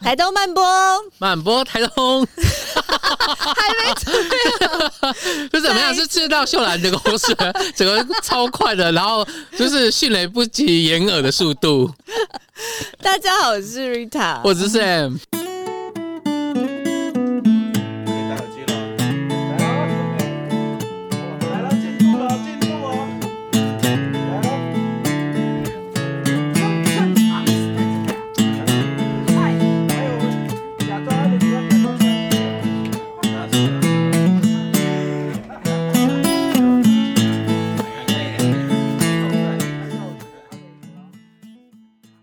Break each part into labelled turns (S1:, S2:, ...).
S1: 台东慢播，
S2: 满播台 东
S1: 还没出
S2: 是怎么样？
S1: 对
S2: 是吃到秀兰的口水， 整个超快的，然后就是迅雷不及掩耳的速度。
S1: 大家好，我是 Rita，
S2: 我只是 M，
S3: 可以戴耳机了。来了，来了，进步了，进步了。来了，还有假装还得假装。那是。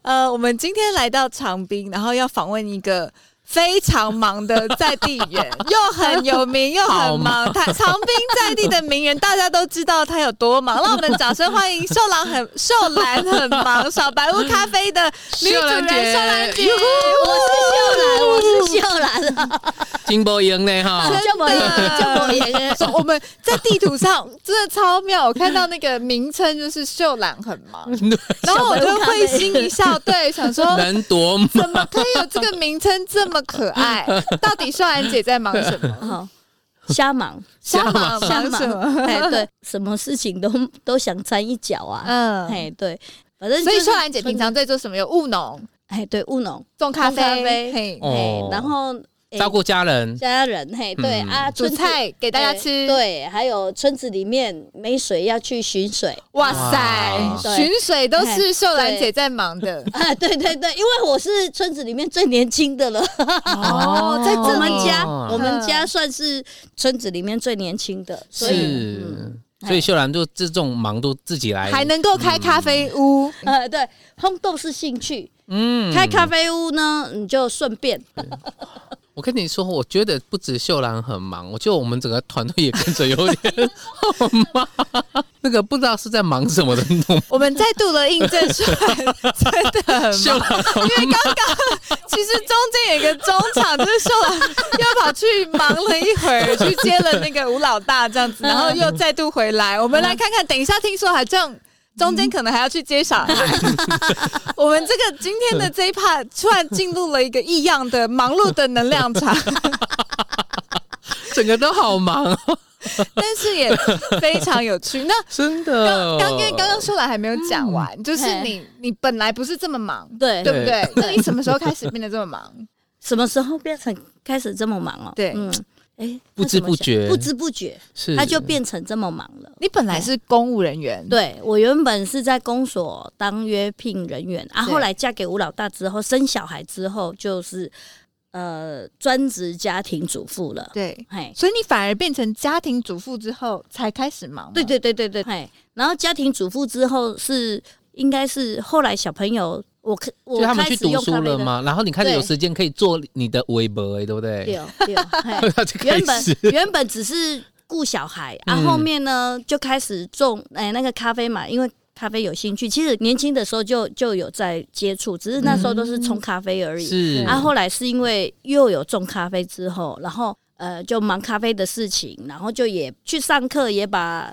S1: 呃，我们今天来到长滨，然后要访问一个。非常忙的在地人， 又很有名，又很忙。他长滨在地的 名人，大家都知道他有多忙。让我们掌声欢迎秀兰很 秀兰很忙，小白屋咖啡的女主
S2: 秀
S1: 人
S2: 兰姐
S1: 秀兰姐，
S2: 哟呼
S1: 我
S4: 我是秀兰了，
S2: 金波赢呢 哈，
S4: 这么这么严，
S1: 说我们在地图上真的超妙，我看到那个名称就是秀兰很 忙，然后我就会心一笑，对，想说
S2: 能多忙？
S1: 怎么可以有这个名称这么可 爱？到底秀兰姐在忙什么？
S4: 好瞎忙
S1: 瞎忙
S4: 瞎
S1: 忙什
S4: 忙，
S1: 么？
S4: 哎对，什么事情都都想掺一脚啊，
S1: 嗯，
S4: 哎对，反正
S1: 所以
S4: 就是
S1: 秀兰姐平常在做什么？有务农、
S4: 哎对务农，
S1: 种咖
S4: 种咖
S1: 啡、
S4: 啡
S1: 嘿
S2: 哦
S4: 哎然后哎
S2: 照顾家人，
S4: 家人，嘿对
S2: 嗯
S4: 啊，
S1: 煮
S4: 村子
S1: 菜给大家
S4: 哎
S1: 吃。，
S4: 对，还有村子里面没水要去 寻水
S1: 哇
S2: 哇
S1: 塞，
S4: 对
S1: 巡水都是秀兰姐在忙的。
S4: 啊，对对对，因为我是村子里面最年轻的了，
S1: 哦， 在
S4: 我
S1: 这
S4: 们
S1: 里
S4: 家
S2: 哦
S4: 我们家算是村子里面最年轻的，所以嗯
S2: 是，所以秀兰就这种忙都自己来，
S1: 哎还能够开咖啡屋，
S4: 呃，对，烘豆是兴趣，
S2: 嗯
S4: 开咖。啡屋呢，你就顺便。
S2: 我跟你说，我觉得不止秀兰很忙，我觉得我们整个团队也跟着有点很 忙，那个不知道是在忙什么的那种。
S1: 我们再度的印证秀兰真的很忙。
S2: 秀兰
S1: 因为刚刚其实中间有一个中场，就是秀兰又跑去忙了一会儿，去接了那个吴老大这样子，然后又再度回来。我们来看看，等一下听说还这样。中间可能还要去接小孩。我们这个今天的这一 part 突然进入了一个异样的忙碌的能量场，
S2: 整个都好忙哦，
S1: 但是也非常有趣。那
S2: 真
S1: 刚
S2: 的。
S1: 刚因为刚刚秀兰还没有讲完，就是
S4: 嘿
S1: 你你本来不是这么忙，
S4: 对，
S1: 对不对？那你什么时候开始变得这么忙？
S4: 什么时候变成开始这么忙哦？
S1: 对
S4: 嗯，哎，
S2: 不知不觉
S4: 那怎么想不知不觉，
S2: 是嗯
S4: 他就变成这么忙了。
S1: 你本来是公务人员，
S4: 对我原本是在公所当约聘人员啊，
S1: 对
S4: 后来嫁给吴老大之后，生小孩之后就是呃专职家庭主妇了。
S1: 对，
S4: 嘿，
S1: 所以你反而变成家庭主妇之后才开始忙吗。
S4: 对对对对对，嘿，然后家庭主妇之后是应该是后来小朋友，我开我
S2: 就他们
S4: 开
S2: 去
S4: 始
S2: 读
S4: 用
S2: 书
S4: 咖啡
S2: 了
S4: 的？
S2: 嘛，然后你开始
S4: 对
S2: 有时间可以做你的微博，哎，对不 对？
S4: 对哦对，嘿。
S2: 他就开
S4: 原本
S2: 始
S4: 原本只是顾小孩，啊，
S2: 嗯
S4: 后面呢就开始种哎、那个咖啡嘛，因为咖啡有兴趣。其实年轻的时候就就有在接触，只是那时候都是冲咖啡而已。
S2: 嗯是
S4: 啊，后来是因为又有种咖啡之后，然后呃就忙咖啡的事情，然后就也去上课，也把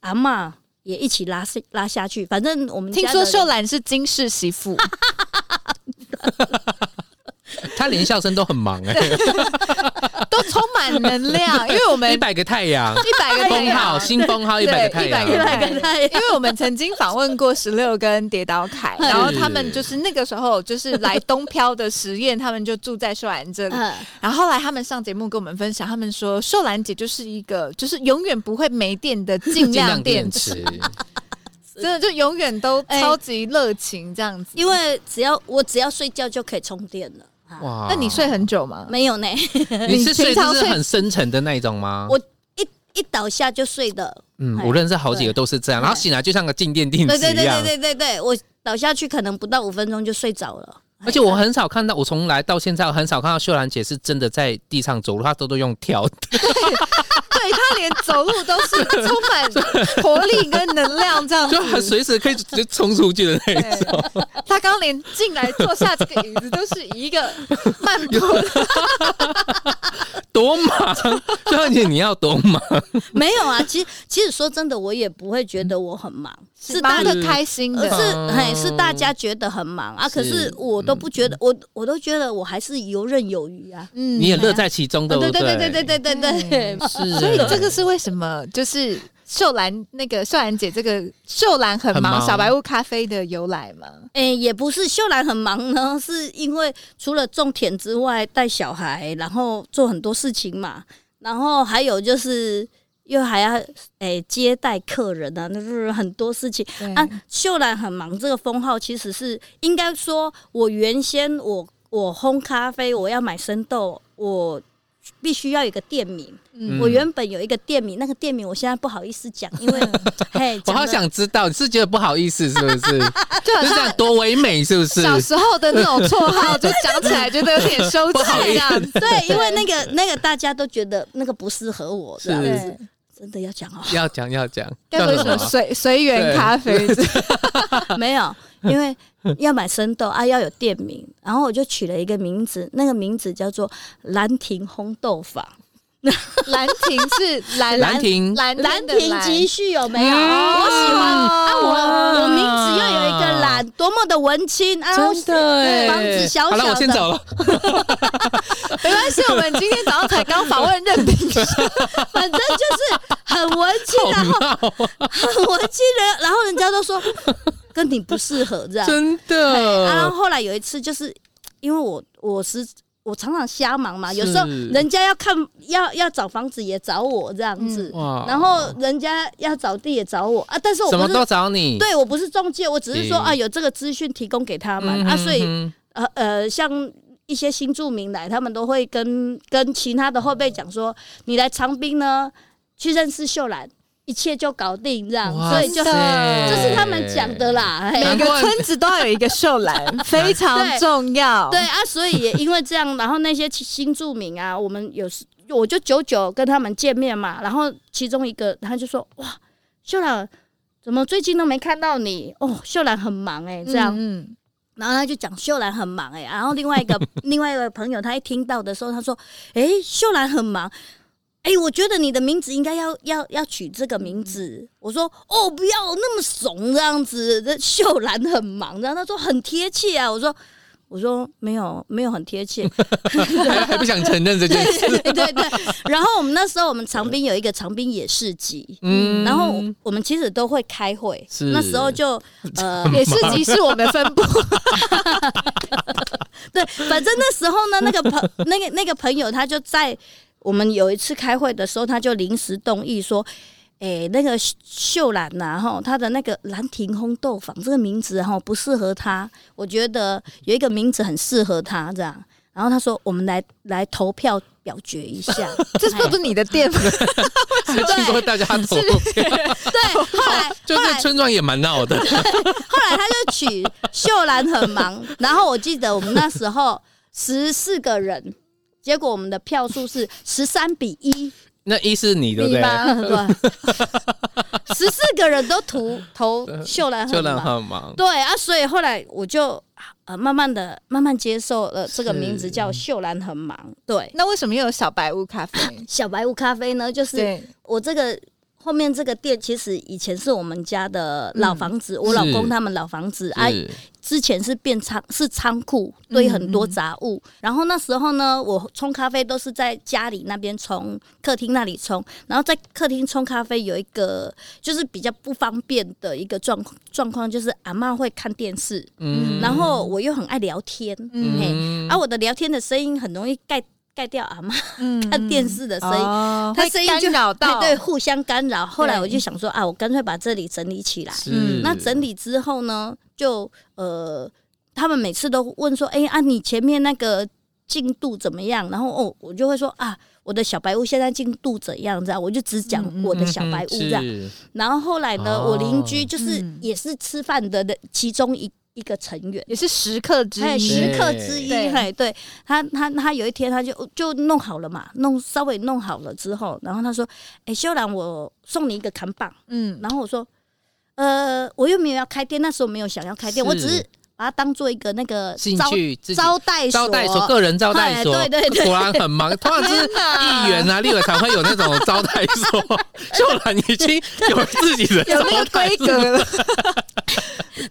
S4: 阿嬷也一起拉下拉下去。反正我们
S1: 听
S4: 家
S1: 说
S4: 的
S1: 秀兰是金氏媳妇，
S2: 他连笑声都很 忙哎，
S1: 都充满能量，因为我们
S2: 一百个太阳，
S1: 一百个
S2: 封号
S1: 人，
S2: 新封号一百个太
S1: 对100
S2: 阳，
S1: 个
S4: 啊 对跟他一样
S1: 因为我们曾经访问过十六跟跌倒凯，然后
S2: 是
S1: 他们 就是那个时候就是来东漂的实验，他们就住在秀兰这里。
S4: 嗯
S1: 然后后来他们上节目跟我们分享，他们说秀兰姐就是一个就是永远不会没电的尽
S2: 尽量
S1: 量
S2: 电
S1: 电池，
S2: 池，
S1: 真的就永远都
S4: 哎
S1: 超级热情这样子。
S4: 因为只要我只要睡觉就可以充电了。啊、
S2: 哇
S1: 那你睡很久吗？
S4: 没有呢，
S2: 你是
S1: 你平
S2: 睡
S1: 常
S2: 就是
S1: 睡
S2: 很深沉的那一种吗？
S4: 我一一倒下就睡的。
S2: 嗯，
S4: 哎
S2: 我认识好几个都是这样，
S4: 对
S2: 然后醒来就像个静电电池
S4: 对对
S2: 一
S4: 对
S2: 样
S4: 对。对对对，我倒下去可能不到五分钟就睡着了。
S2: 而且我很少看到，我从来到现在我很少看到秀兰姐是真的在地上走路，她都都用跳 的。
S1: 对他连走路都是充满活力跟能量这样
S2: 就很
S1: 子。
S2: 随时可以直接冲出去的那一种。
S1: 对他刚连进来坐下这个椅子都是一个慢坡的，
S2: 多忙，对而且你要多忙，
S4: 没有啊，其实其实说真的，我也不会觉得我很忙，是大
S1: 忙
S4: 家
S1: 的开心
S4: 呃
S1: 的，
S4: 是嘿是大家觉得很忙啊，可是
S2: 哦是嗯
S4: 我都不觉得，我我都觉得我还是游刃有余啊。
S1: 嗯
S2: 你也乐在其中，对不
S4: 对对
S2: 对嗯
S4: 对对对对对，
S2: 是，
S1: 所以这个是为什么？就是秀兰那个秀兰姐，这个秀兰很
S2: 很
S1: 忙，
S2: 忙
S1: 小白屋咖啡的由来嘛？
S2: 哎
S4: 诶，也不是秀兰很忙呢，是因为除了种田之外，带小孩，然后做很多事情嘛，然后还有就是又还要诶、接待客人啊，那就是很多事情。啊
S1: 啊，，
S4: 秀兰很忙这个封号其实是应该说，我原先我我烘咖啡，我要买生豆，我必须要有一个店名。
S1: 嗯
S4: 我原本有一个店名，那个店名我现在不好意思讲，因为 嘿，
S2: 我
S4: 讲
S2: 好
S4: 了
S2: 想知道，你是觉得不好意思是不是？
S1: 就
S2: 就
S1: 很
S2: 是这
S1: 像
S2: 样多唯美是不是？
S1: 小时候的那种绰号，就讲起来觉得有点 羞耻这样子。
S4: 对，因为那个那个大家都觉得那个不适合我，这样
S2: 是
S4: 子真的要讲哦，
S2: 要讲要讲，
S1: 该不会
S2: 叫
S1: 什么随随缘咖啡之类的？
S4: 没有，因为要买生豆啊，要有店名，然后我就取了一个名字，那个名字叫做兰亭烘豆坊，
S1: 兰亭是兰
S2: 兰亭
S1: 兰
S4: 兰
S1: 兰的
S4: 亭
S1: 兰
S4: 集序有没有？
S2: 嗯
S4: 我喜欢啊，我我名字要有一个兰，多么的文青啊！
S2: 真的哎，
S4: 房子小
S2: 好了，我
S4: 小
S2: 先
S4: 的，
S2: 走了。
S1: 没关系，我们今天早上才刚访问任平轩，
S4: 反正就是很文 青，然后很 文青人，然后人家都说 跟你不适合这样。
S2: 真
S4: 啊然
S2: 的，
S4: 后后来有一次，就是因为我我是我常常瞎忙嘛，有时候
S2: 是
S4: 人家要看要要找房子也找我这样子，
S2: 哇
S4: 然后人家要找地也找我啊，但是我
S2: 什
S4: 不
S2: 么
S4: 是
S2: 都找你，
S4: 对我不是中介，我只是说
S2: 嗯
S4: 啊有这个资讯提供给他们、
S2: 嗯
S4: 啊，
S2: 哼
S4: 所以
S2: 哼
S4: 呃呃像。一些新住民来，他们都会跟跟其他的后辈讲说，你来长滨呢，去认识秀兰，一切就搞定这样，
S2: 哇
S4: 所以就
S1: 塞
S4: 这是他们讲的啦。哎
S1: 每
S2: 难
S1: 个
S2: 怪
S1: 村子都要有一个秀兰，非常重要。
S4: 对，啊，所以也因为这样，然后那些其新住民啊，我们有时我就久久跟他们见面嘛，然后其中一个他就说：“哇，秀兰怎么最近都没看到你？哦，秀兰很忙哎、这样。
S1: 嗯，
S4: 然后他就讲秀兰很忙哎、然后另外一个 另外一个朋友他一听到的时候，他说：“哎、秀兰很忙。”哎、我觉得你的名字应该要要要取这个名
S2: 嗯
S4: 字。我说哦，不要那么怂这样子。这秀兰很忙，然后他说很贴切啊。我说我说没有没有很贴切，
S2: 还还不想承认这件事，
S4: 对对对。然后我们那时候我们长滨有一个长滨野市集，
S2: 嗯
S4: 然后我们其实都会开会，
S2: 是
S4: 那时候 就呃
S1: 嗯也是集是我们分 部，
S4: 对，反正那时候呢，那个朋 那个那个朋友他就在我们有一次开会的时候，他就临时动议说。哎、那个秀兰呐、哈，她的那个兰亭烘豆坊这个名字哈不适合她，我觉得有一个名字很适合她这样。然后他说，我们来来投票表决一 下，
S1: 这这不是你的店吗？
S2: 还经过大家投票，
S4: 对。后来
S2: 就
S4: 后来
S2: 这村庄也蛮闹的，
S4: 后来他就取秀兰很忙，然后我记得我们那时候十四个人，结果我们的票数是十三比一，
S2: 那一是你对不
S4: 比
S2: 对？
S4: 吧，对，十四个人都投投秀兰
S2: 就
S4: 很
S2: 让
S4: 忙，
S2: 很忙，
S4: 对啊，所以后来我就呃慢慢的慢慢接受了这个名字叫秀兰很忙，对。
S1: 那为什么又有小白屋咖啡？
S4: 小白屋咖啡呢，就是
S1: 对，
S4: 我这个后面这个店，其实以前是我们家的老房子，我老公他们老房子啊，
S2: 是
S4: 之前是变仓是仓库，堆很多杂
S1: 嗯
S4: 物。然后那时候呢，我冲咖啡都是在家里那边冲，客厅那里冲，然后在客厅冲咖啡有一个就是比较不方便的一个状状况，就是阿嬷会看电视，
S2: 嗯
S4: 然后我又很爱聊天，
S1: 嗯
S4: 嘿，啊
S2: 嗯
S4: 而、我的聊天的声音很容易盖盖掉阿嬷
S1: 嗯
S4: 看 电视的声音。
S1: 音
S4: 她声音
S1: 干
S4: 就
S1: 扰到，
S4: 对对，互相干扰。后来
S1: 对
S4: 我就想说啊，我干脆把这里整理起来。
S2: 是
S4: 嗯那整理之后呢，就呃，他们每次都问说：“哎、啊，你前面那个进度怎么样？”然后哦，我就会说：“啊，我的小白屋现在进度怎样？”这样，我就只讲
S1: 嗯嗯
S4: 我的小白屋这样。
S2: 嗯是
S4: 然后后来呢，
S2: 哦
S4: 我邻居就是
S1: 嗯
S4: 也是吃饭的的其中一一个成员。
S1: 也是时刻之
S4: 哎，
S1: 一。
S4: 食客之一，
S1: 对
S4: 嘿，对他，他他有一天他就就弄好了嘛，弄稍微弄好了之后，然后他说：“哎、秀兰，我送你一个扛棒。”
S1: 嗯，
S4: 然后我说，呃，我又没有要开店，那时候没有想要开店，
S2: 是
S4: 我只是把它当做一个那个
S2: 进
S4: 招
S2: 去自己
S4: 招待
S2: 招待所、个人招待所，
S4: 哎对对对
S2: 果然很忙。通常就是议员啊、立委才会有那种招待 所，秀兰已经有自己的
S1: 有那
S2: 招
S1: 个
S2: 待
S1: 规
S2: 所
S1: 格了，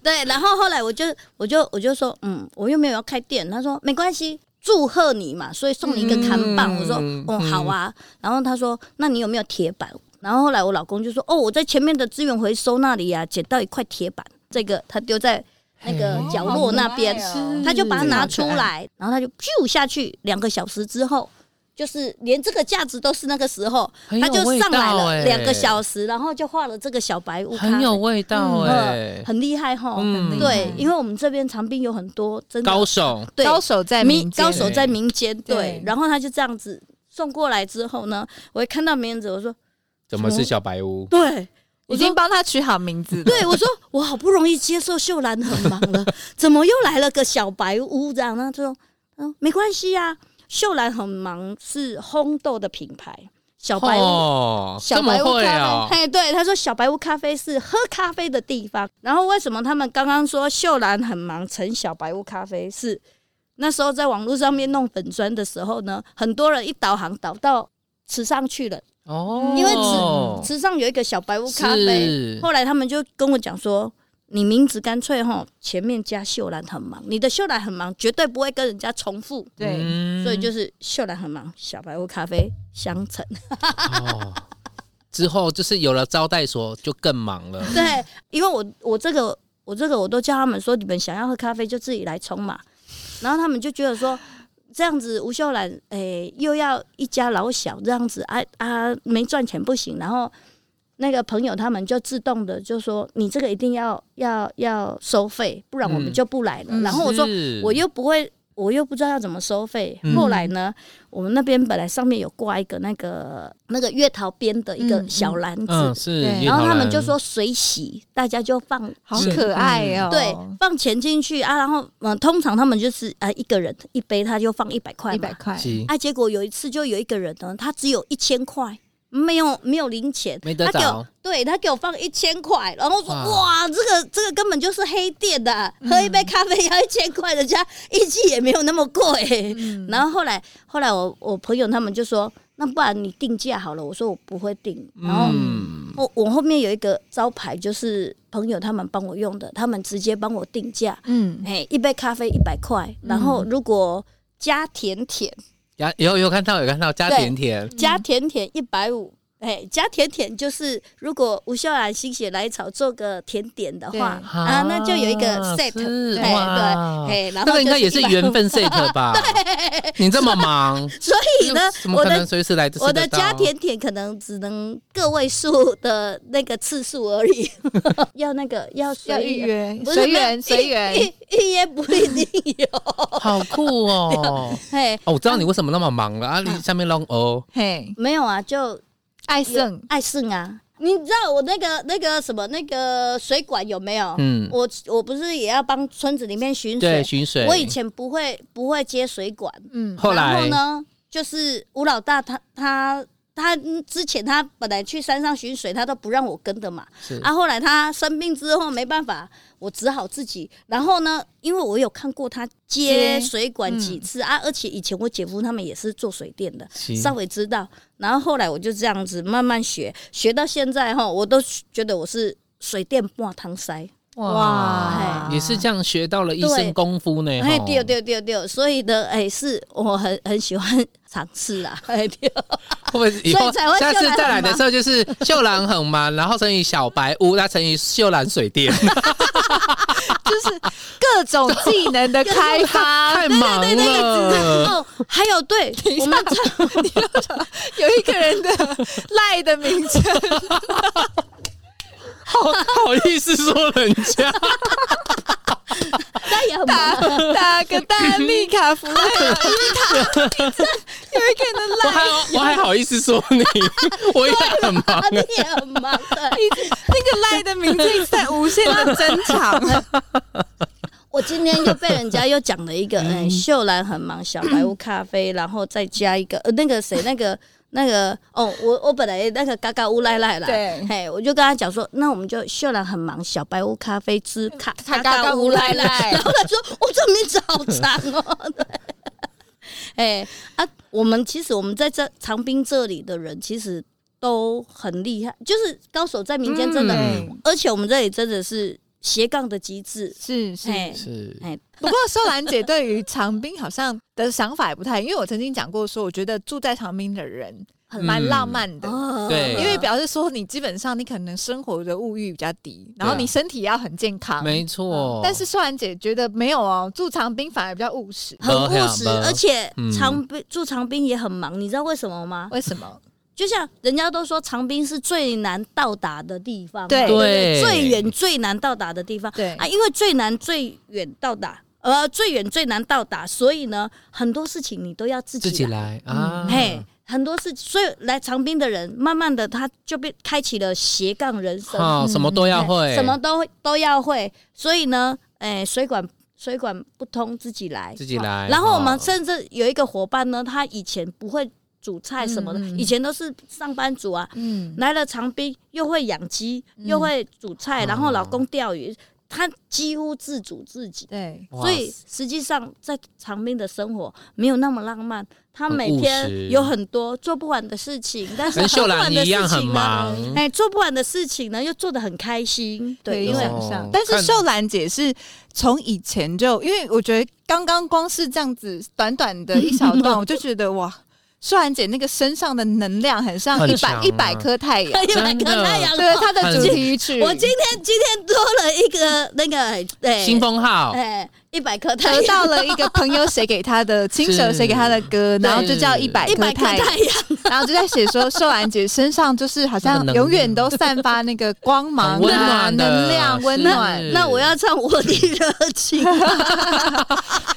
S4: 对，然后后来我就我就我就说，嗯，我又没有要开店。他说没关系，祝贺你嘛，所以送你一个看板。
S2: 嗯
S4: 我说哦
S2: 嗯
S4: 好啊。然后他说那你有没有铁板？然后后来我老公就说哦我在前面的资源回收那里呀、啊捡到一块铁板，这个他丢在那个角落那边，
S1: 哦
S4: 他就把它
S2: 嗯
S4: 拿出
S2: 好可
S4: 来，然后他就咻下去。两个小时之后。就是连这个价值都是那个时候，
S2: 很有
S4: 他就
S2: 味
S4: 上来
S2: 道
S4: 了
S2: 欸
S4: 两个小时，然后就画了这个小白屋咖
S2: 很有
S4: 啡，
S2: 味道哎、
S4: 嗯很厉害哈。
S2: 嗯
S4: 对，因为我们这边长滨有很多真的
S2: 高手，
S4: 对
S1: 高手在
S4: 民
S1: 民间
S4: 高手
S2: 欸
S4: 在民间，
S1: 对
S4: 对。然后他就这样子送过来之后呢，我一看到名字，我说
S2: 怎么是小白屋？
S4: 对，我
S1: 已
S4: 说
S1: 经帮他取好名字了，
S4: 对我说我好不容易接受秀兰很忙 了，怎么又来了个小白屋这样？然后他说嗯没关系啊，秀兰很忙是烘豆的品牌，小白屋
S2: 哦，
S4: 小
S2: 这么
S4: 白屋
S2: 会
S4: 咖
S2: 哦
S4: 啡，，哎，对，他说小白屋咖啡是喝咖啡的地方。然后为什么他们刚刚说秀兰很忙，成小白屋咖啡是那时候在网络上面弄粉砖的时候呢，很多人一导航导到池上去了，
S2: 哦，
S4: 因为池上有一个小白屋咖啡。
S2: 是
S4: 后来他们就跟我讲说。你名字干脆吼，前面加秀兰很忙，你的秀兰很忙绝对不会跟人家重复，
S1: 对，
S2: 嗯
S4: 所以就是秀兰很忙，小白屋咖啡相乘。
S2: 哦， 之后就是有了招待所就更忙了。
S4: 对，因为我我这个我这个我都叫他们说，你们想要喝咖啡就自己来冲嘛。然后他们就觉得说，这样子吴秀兰诶、又要一家老小这样子啊啊没赚钱不行。然后那个朋友他们就自动的就说，你这个一定要要要收费，不然我们
S2: 嗯
S4: 就不来了。
S1: 嗯
S4: 然后我说
S2: 是
S4: 我又不会。我又不知道要怎么收费。
S2: 嗯
S4: 后来呢，我们那边本来上面有挂一个那个那个月桃边的一个
S1: 嗯嗯
S4: 小篮子，
S2: 嗯是，
S1: 对
S2: 叶
S4: 然后
S2: 桃
S4: 他们
S2: 兰
S4: 就说水洗，大家就放
S1: 好可爱哦，
S4: 对，放钱进去啊，然后嗯、呃通常他们就是啊、一个人一杯，他就放一百块嘛，
S1: 一百块，
S2: 鸡
S4: 啊，结果有一次就有一个人呢，他只有一千块，没有没有零钱，
S2: 没得
S4: 他给
S2: 找
S4: 我，对他给我放一千块，然后说
S2: 哇
S4: 哇，这个这个根本就是黑店的、
S1: 嗯
S4: 喝一杯咖啡要一千块，人家一季也没有那么贵、
S1: 嗯
S4: 然后后来后来我我朋友他们就说，那不然你定价好了，我说我不会定，然后。
S2: 嗯，
S4: 我我后面有一个招牌，就是朋友他们帮我用的，他们直接帮我定价，
S1: 嗯，
S4: 哎，一杯咖啡一百块，然后如果加甜甜，
S2: 呀有有看到有看到加
S4: 对
S2: 甜甜，
S4: 加甜甜一百五。哎，加甜甜就是，如果吴秀兰心血来潮做个甜点的话，啊，那就有一个
S2: 啊
S4: set，
S2: 是
S4: 对
S2: 哇
S4: 对，哎，然
S2: 这
S4: 后
S2: 个应该
S4: 就
S2: 也
S4: 是
S2: 是
S4: 150
S2: 缘。 分 set 吧？你这么忙，
S4: 所以呢
S2: 怎，么
S4: 我
S2: 可能
S4: 的
S2: 随时来吃
S4: 我的
S2: 得到啊
S4: 加甜甜可能只能个位数的那个次数而已，要那个要
S1: 要
S4: 随
S1: 预
S4: 意
S1: 约，
S4: 不是
S1: 随缘随
S4: 预
S1: 缘，
S4: 预约不一定有，
S2: 好酷 哦！
S4: 嘿，
S2: 哦，我知道你为什么那么忙了啊！你下面弄哦，
S1: 嘿，
S4: 没有啊，就
S1: 爱
S4: 有
S1: 胜
S4: 爱胜啊。你知道我那个那个什么那个水管有没有？
S2: 嗯，
S4: 我我不是也要帮村子里面巡
S2: 对，
S4: 水？
S2: 巡水。
S4: 我以前不会不会接水管，
S1: 嗯，
S2: 后
S4: 然后
S2: 来
S4: 呢，就是吴老大他他他嗯之前他本来去山上巡水，他都不让我跟的嘛。
S2: 是
S4: 啊，后来他生病之后没办法，我只好自己。然后呢，因为我有看过他
S1: 接
S4: 接水管几次、啊，而且以前我姐夫他们也是做水电的，
S2: 行
S4: 稍微知道。然后后来我就这样子慢慢学，学到现在哈，我都觉得我是水电挂汤塞。
S1: 哇
S2: 也是这样学到了一身
S4: 对
S2: 功夫呢。
S4: 哎，
S2: 吼
S4: 对对对对，所以呢，哎，是我很很喜欢尝试啦。哎，对，
S2: 会不会以
S4: 所
S2: 后
S4: 以才会
S2: 下次
S4: 秀兰
S2: 再来
S4: 很
S2: 的
S4: 忙
S2: 时候就是秀兰很忙，然后乘以小白屋，再乘以秀兰水电，
S1: 就是各种技能的开发
S2: 太。忙
S4: 哎
S2: 了。
S4: 哦，还有对，我们
S1: 有一个人的赖的名称，
S2: 好好意思说人家，
S4: 他也很忙
S1: 打
S4: 啊。
S1: 打个大力卡弗赖尔伊塔，有一个人的
S2: 我
S1: 赖
S2: 还我还好意思说你，我也很忙。
S4: 你也很忙的，
S1: 一直那个赖的名字一直在无限的增长。
S4: 我今天又被人家 又哎讲了一个，嗯，秀兰很忙，小白屋咖啡，然后再加一个，呃，那个谁，那个 那个哦，我我本来那个嘎嘎乌赖赖啦，
S1: 对
S4: 嘿，我就跟他讲说，那我们就秀兰很忙，小白屋咖啡之卡
S1: 嘎嘎乌赖赖
S4: 然后他说， 我这名字好长哦， 对，哎啊，我们其实我们在这长滨这里的人其实都很厉害，就是高手在民间真的，
S1: 嗯
S4: 而且我们这里真的是斜杠的极致，
S1: 是是。
S4: 嘿
S2: 是
S4: 哎，
S1: 不过秀兰姐对于长滨好像的想法也不太，因为我曾经讲过说，我觉得住在长滨的人
S4: 很
S1: 蛮
S2: 嗯
S1: 浪漫的。
S4: 哦
S2: 对
S1: 因为表示说，你基本上你可能生活的物欲比较低，然后
S2: 对啊
S1: 你身体要很健康。
S2: 没错。
S1: 但是秀兰姐觉得没有哦，住长滨反而比较务实。
S4: 很务实，
S2: 没有
S4: 而且
S2: 嗯
S4: 长滨住长滨也很忙，你知道为什么吗？
S1: 为什 么？
S4: 就像人家都说长滨是最难到达的地方嘛，
S1: 对
S4: 不
S2: 对
S4: 对最远最难到达的地方
S1: 对
S4: 啊，因为最难最远到达，呃，最远最难到达，所以呢，很多事情你都要自己
S2: 自己来啊，
S4: 嘿。很多事，所以来长滨的人，慢慢的他就被开启了斜杠人生，
S2: 好，什么都哦要会，
S4: 什么都都要会。所以呢，哎、水管水管不通自己来，
S2: 自己来
S4: 然后我们
S2: 哦
S4: 甚至有一个伙伴呢，他以前不会煮菜什么的，
S1: 嗯嗯
S4: 以前都是上班族啊，
S1: 嗯，
S4: 来了长滨又会养鸡，又会煮
S2: 哦
S4: 菜，然后老公钓鱼，他几乎自主自己。
S1: 对，
S2: 哇
S4: 所以实际上，在长滨的生活没有那么浪漫，他
S2: 很
S4: 每
S2: 务实
S4: 天有很多做不完的事情，但是
S2: 跟秀
S4: 做不
S2: 兰
S4: 完的
S2: 一样
S4: 事
S2: 很
S4: 情呢，
S2: 忙，
S4: 哎，做不完的事情呢又做得很开心，对，因为
S2: 哦看
S1: 但是秀兰姐是从以前就，因为我觉得刚刚光是这样子短短的一小段，我就觉得 哇，秀兰姐那个身上的能量很像
S2: 很
S1: 一
S2: 强
S1: 百
S2: 啊
S1: 一百颗太阳。
S4: 又来跟他 养
S1: 对，
S4: 老。
S1: 她的主题 曲，
S4: 我今天今天多了一个哎那个对
S2: 新风号，
S4: 哎，一百颗太
S1: 得
S4: 阳，
S1: 到了一个朋友写给她的亲手写给她的歌， 然后就叫一百
S4: 一百
S1: 颗
S4: 颗
S1: 太阳
S4: 太。阳，
S1: 然后就在写说，秀兰姐身上就是好像永远都散发那个光芒、
S2: 很温暖的
S1: 能量、温暖。
S2: 是
S4: 那我要唱我的热情，